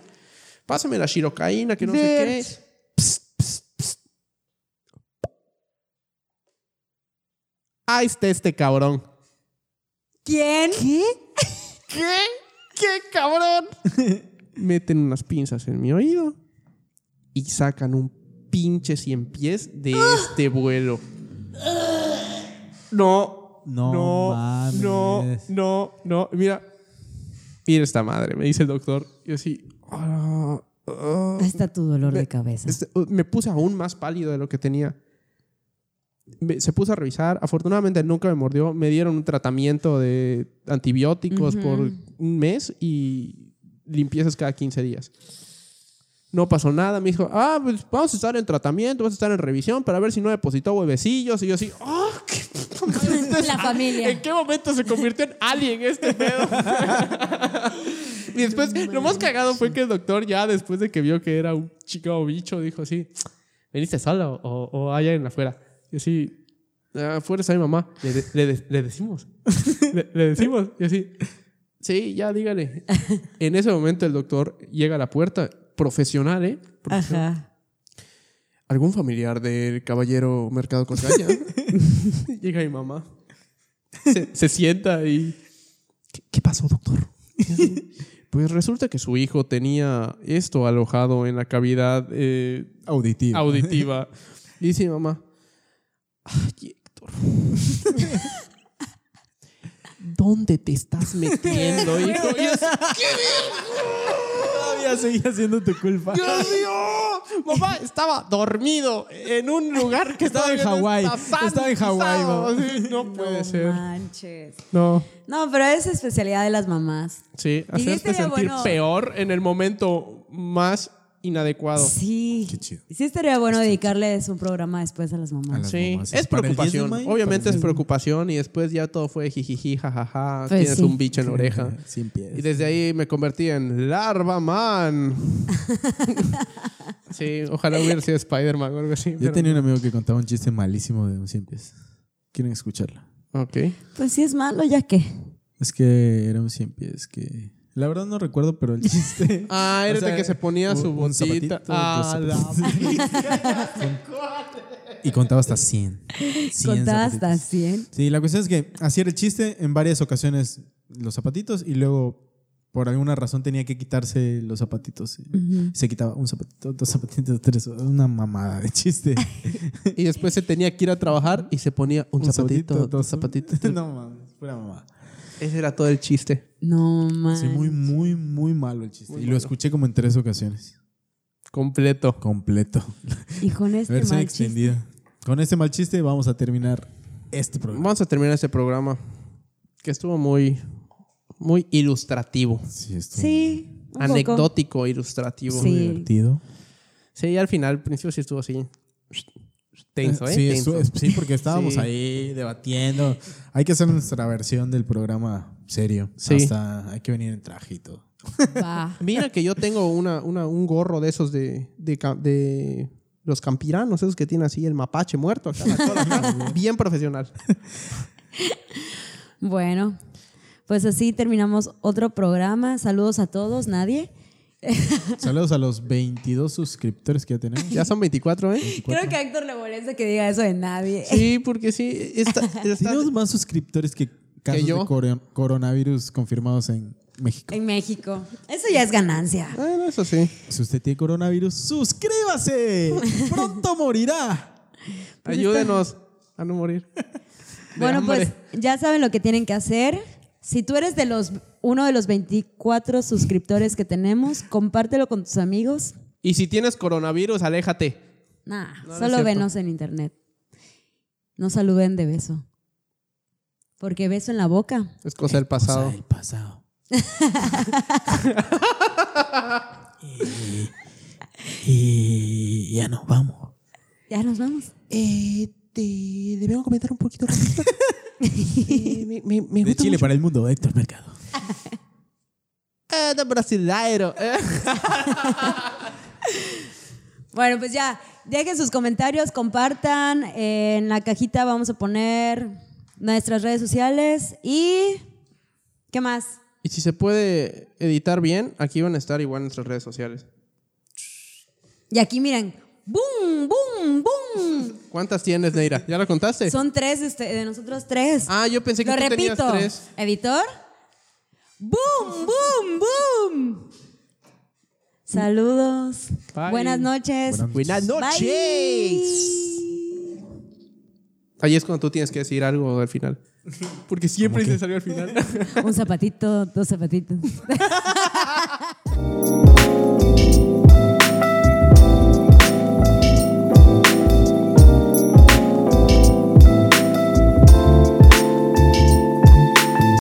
pásame la shirocaína, que no sé qué. Psst, psst, psst. Ahí está este cabrón. ¿Quién? ¿Qué? ¿Qué cabrón? Meten unas pinzas en mi oído y sacan un pinche cien pies de este vuelo. No, No no, mames. no, no, no. Mira, mira esta madre, me dice el doctor. Yo así, ah, ah. Ahí está tu dolor de cabeza. Este, uh, me puse aún más pálido de lo que tenía. Me- se puso a revisar. Afortunadamente nunca me mordió. Me dieron un tratamiento de antibióticos por un mes y limpiezas cada 15 días. No pasó nada. Me dijo, ah, pues vamos a estar en tratamiento, vas a estar en revisión para ver si no depositó huevecillos. Y yo así, ah, qué puta madre, este es- La familia. ¿En qué momento se convirtió en alien este pedo? Y después, lo más cagado fue que el doctor ya después de que vio que era un chico o bicho, dijo así, ¿veniste solo o, o hay alguien afuera? Y así, "Ah, afuera está mi mamá, le, de- le de- le decimos, le, le decimos, y así, sí, ya dígale. En ese momento el doctor llega a la puerta, profesional, ¿eh? Profesional. Ajá. ¿Algún familiar del caballero Mercado Contraña? Llega mi mamá. Se, se sienta y... ¿Qué, qué pasó, doctor? pues resulta que su hijo tenía esto alojado en la cavidad eh, Auditivo. auditiva. Y dice mi mamá... Ay, Héctor. ¿Dónde te estás metiendo, hijo? Y es- Todavía seguía siendo tu culpa. ¡Dios mío! Mamá estaba dormido en un lugar que Estaba en todavía no Hawái. está sanitizado. Estaba en Hawái, mamá. Sí, No puede No ser. manches. No. No, pero es especialidad de las mamás. Sí, Y sí este hacerte estaría sentir bueno- peor en el momento más inadecuado. Sí. Oh, Qué chido. Sí estaría bueno dedicarles un programa después a las mamás. A las Sí, mamás. es Para el 10 de preocupación. mayo, Obviamente es para el 10 de mayo. preocupación y después ya todo fue jijiji, jajaja, Pues tienes sí. un bicho en la oreja. Sin Y pies. desde ahí me convertí en Larva Man. sí, ojalá hubiera sido Spider-Man o algo así. Yo pero- tenía un amigo que contaba un chiste malísimo de un cien pies. ¿Quieren escucharla? Ok. Pues si es malo, ¿ya qué? Es que era un cien pies que... La verdad no recuerdo, pero el chiste... Ah, era O sea, de que se ponía un- su un botita. zapatito, Ah, dos la- zapatitos. y contaba hasta 100. 100 Contaba zapatitos. hasta 100. Sí, la cuestión es que hacía el chiste en varias ocasiones los zapatitos y luego por alguna razón tenía que quitarse los zapatitos. Se quitaba un zapatito, dos zapatitos, tres, una mamada de chiste. y después se tenía que ir a trabajar y se ponía un, zapatito, dos zapatitos. tres. no mames, pura mamada. Ese era todo el chiste. No man. Sí, muy, muy, muy malo el chiste. Muy y malo. lo escuché como en tres ocasiones. Completo. Completo. Y con este Versión mal chiste. extendida. Con este mal chiste vamos a terminar este programa. Vamos a terminar este programa que estuvo muy, muy ilustrativo. Sí, estuvo Sí. un poco. Anecdótico, ilustrativo. Sí. Sí. divertido. al final, al principio sí estuvo así. Tenso, ¿eh? Sí, Tenso. estu- sí, porque estábamos Sí. ahí debatiendo. Hay que hacer nuestra versión del programa serio. Sí. Hasta hay que venir en traje y todo. Va. Mira que yo tengo una, una- un gorro de esos de, de, ca- de los campiranos, esos que tienen así el mapache muerto acá. la cola. Bien profesional. Bueno. Pues así terminamos otro programa. Saludos a todos, nadie. Saludos a los 22 suscriptores que ya tenemos. Ya son 24, ¿eh? Creo que a Héctor le molesta que diga eso de nadie. Sí, porque sí. Está, está- Tenemos más suscriptores que casos yo. Eh. de coreo- coronavirus confirmados en México. En México. Eso ya es ganancia. Bueno, ah, eso sí. Si usted tiene coronavirus, suscríbase. Pronto morirá. Ayúdenos a no morir. De Bueno, hambre. pues ya saben lo que tienen que hacer. Si tú eres de los uno de los 24 suscriptores que tenemos, compártelo con tus amigos. Y si tienes coronavirus, aléjate. Nah, No, no es solo cierto. venos en internet. No saluden de beso. Porque beso en la boca. Es cosa del O pasado. sea, el pasado. y, y ya nos vamos. Ya nos vamos. Eh, te debemos comentar un poquito rápido. Eh, me, me- me De gusta Chile mucho. para el mundo, Héctor Mercado. Ah, de brasileiro. Eh. Bueno, pues ya, dejen sus comentarios, compartan. En la cajita vamos a poner nuestras redes sociales y... ¿Qué más? Y si se puede editar bien, aquí van a estar igual nuestras redes sociales. Y aquí miren, ¡boom, boom, boom! ¿Cuántas tienes, Neira? ¿Ya la contaste? Son tres de, usted- de nosotros tres. Ah, yo pensé que Lo tú tenías repito. tres. Editor. ¡Boom, boom, boom! Saludos. Bye. Buenas noches. Buenas noches. Bye. Ahí es cuando tú tienes que decir algo al final. Porque siempre ¿Cómo qué? dices algo al final. Un zapatito, dos zapatitos.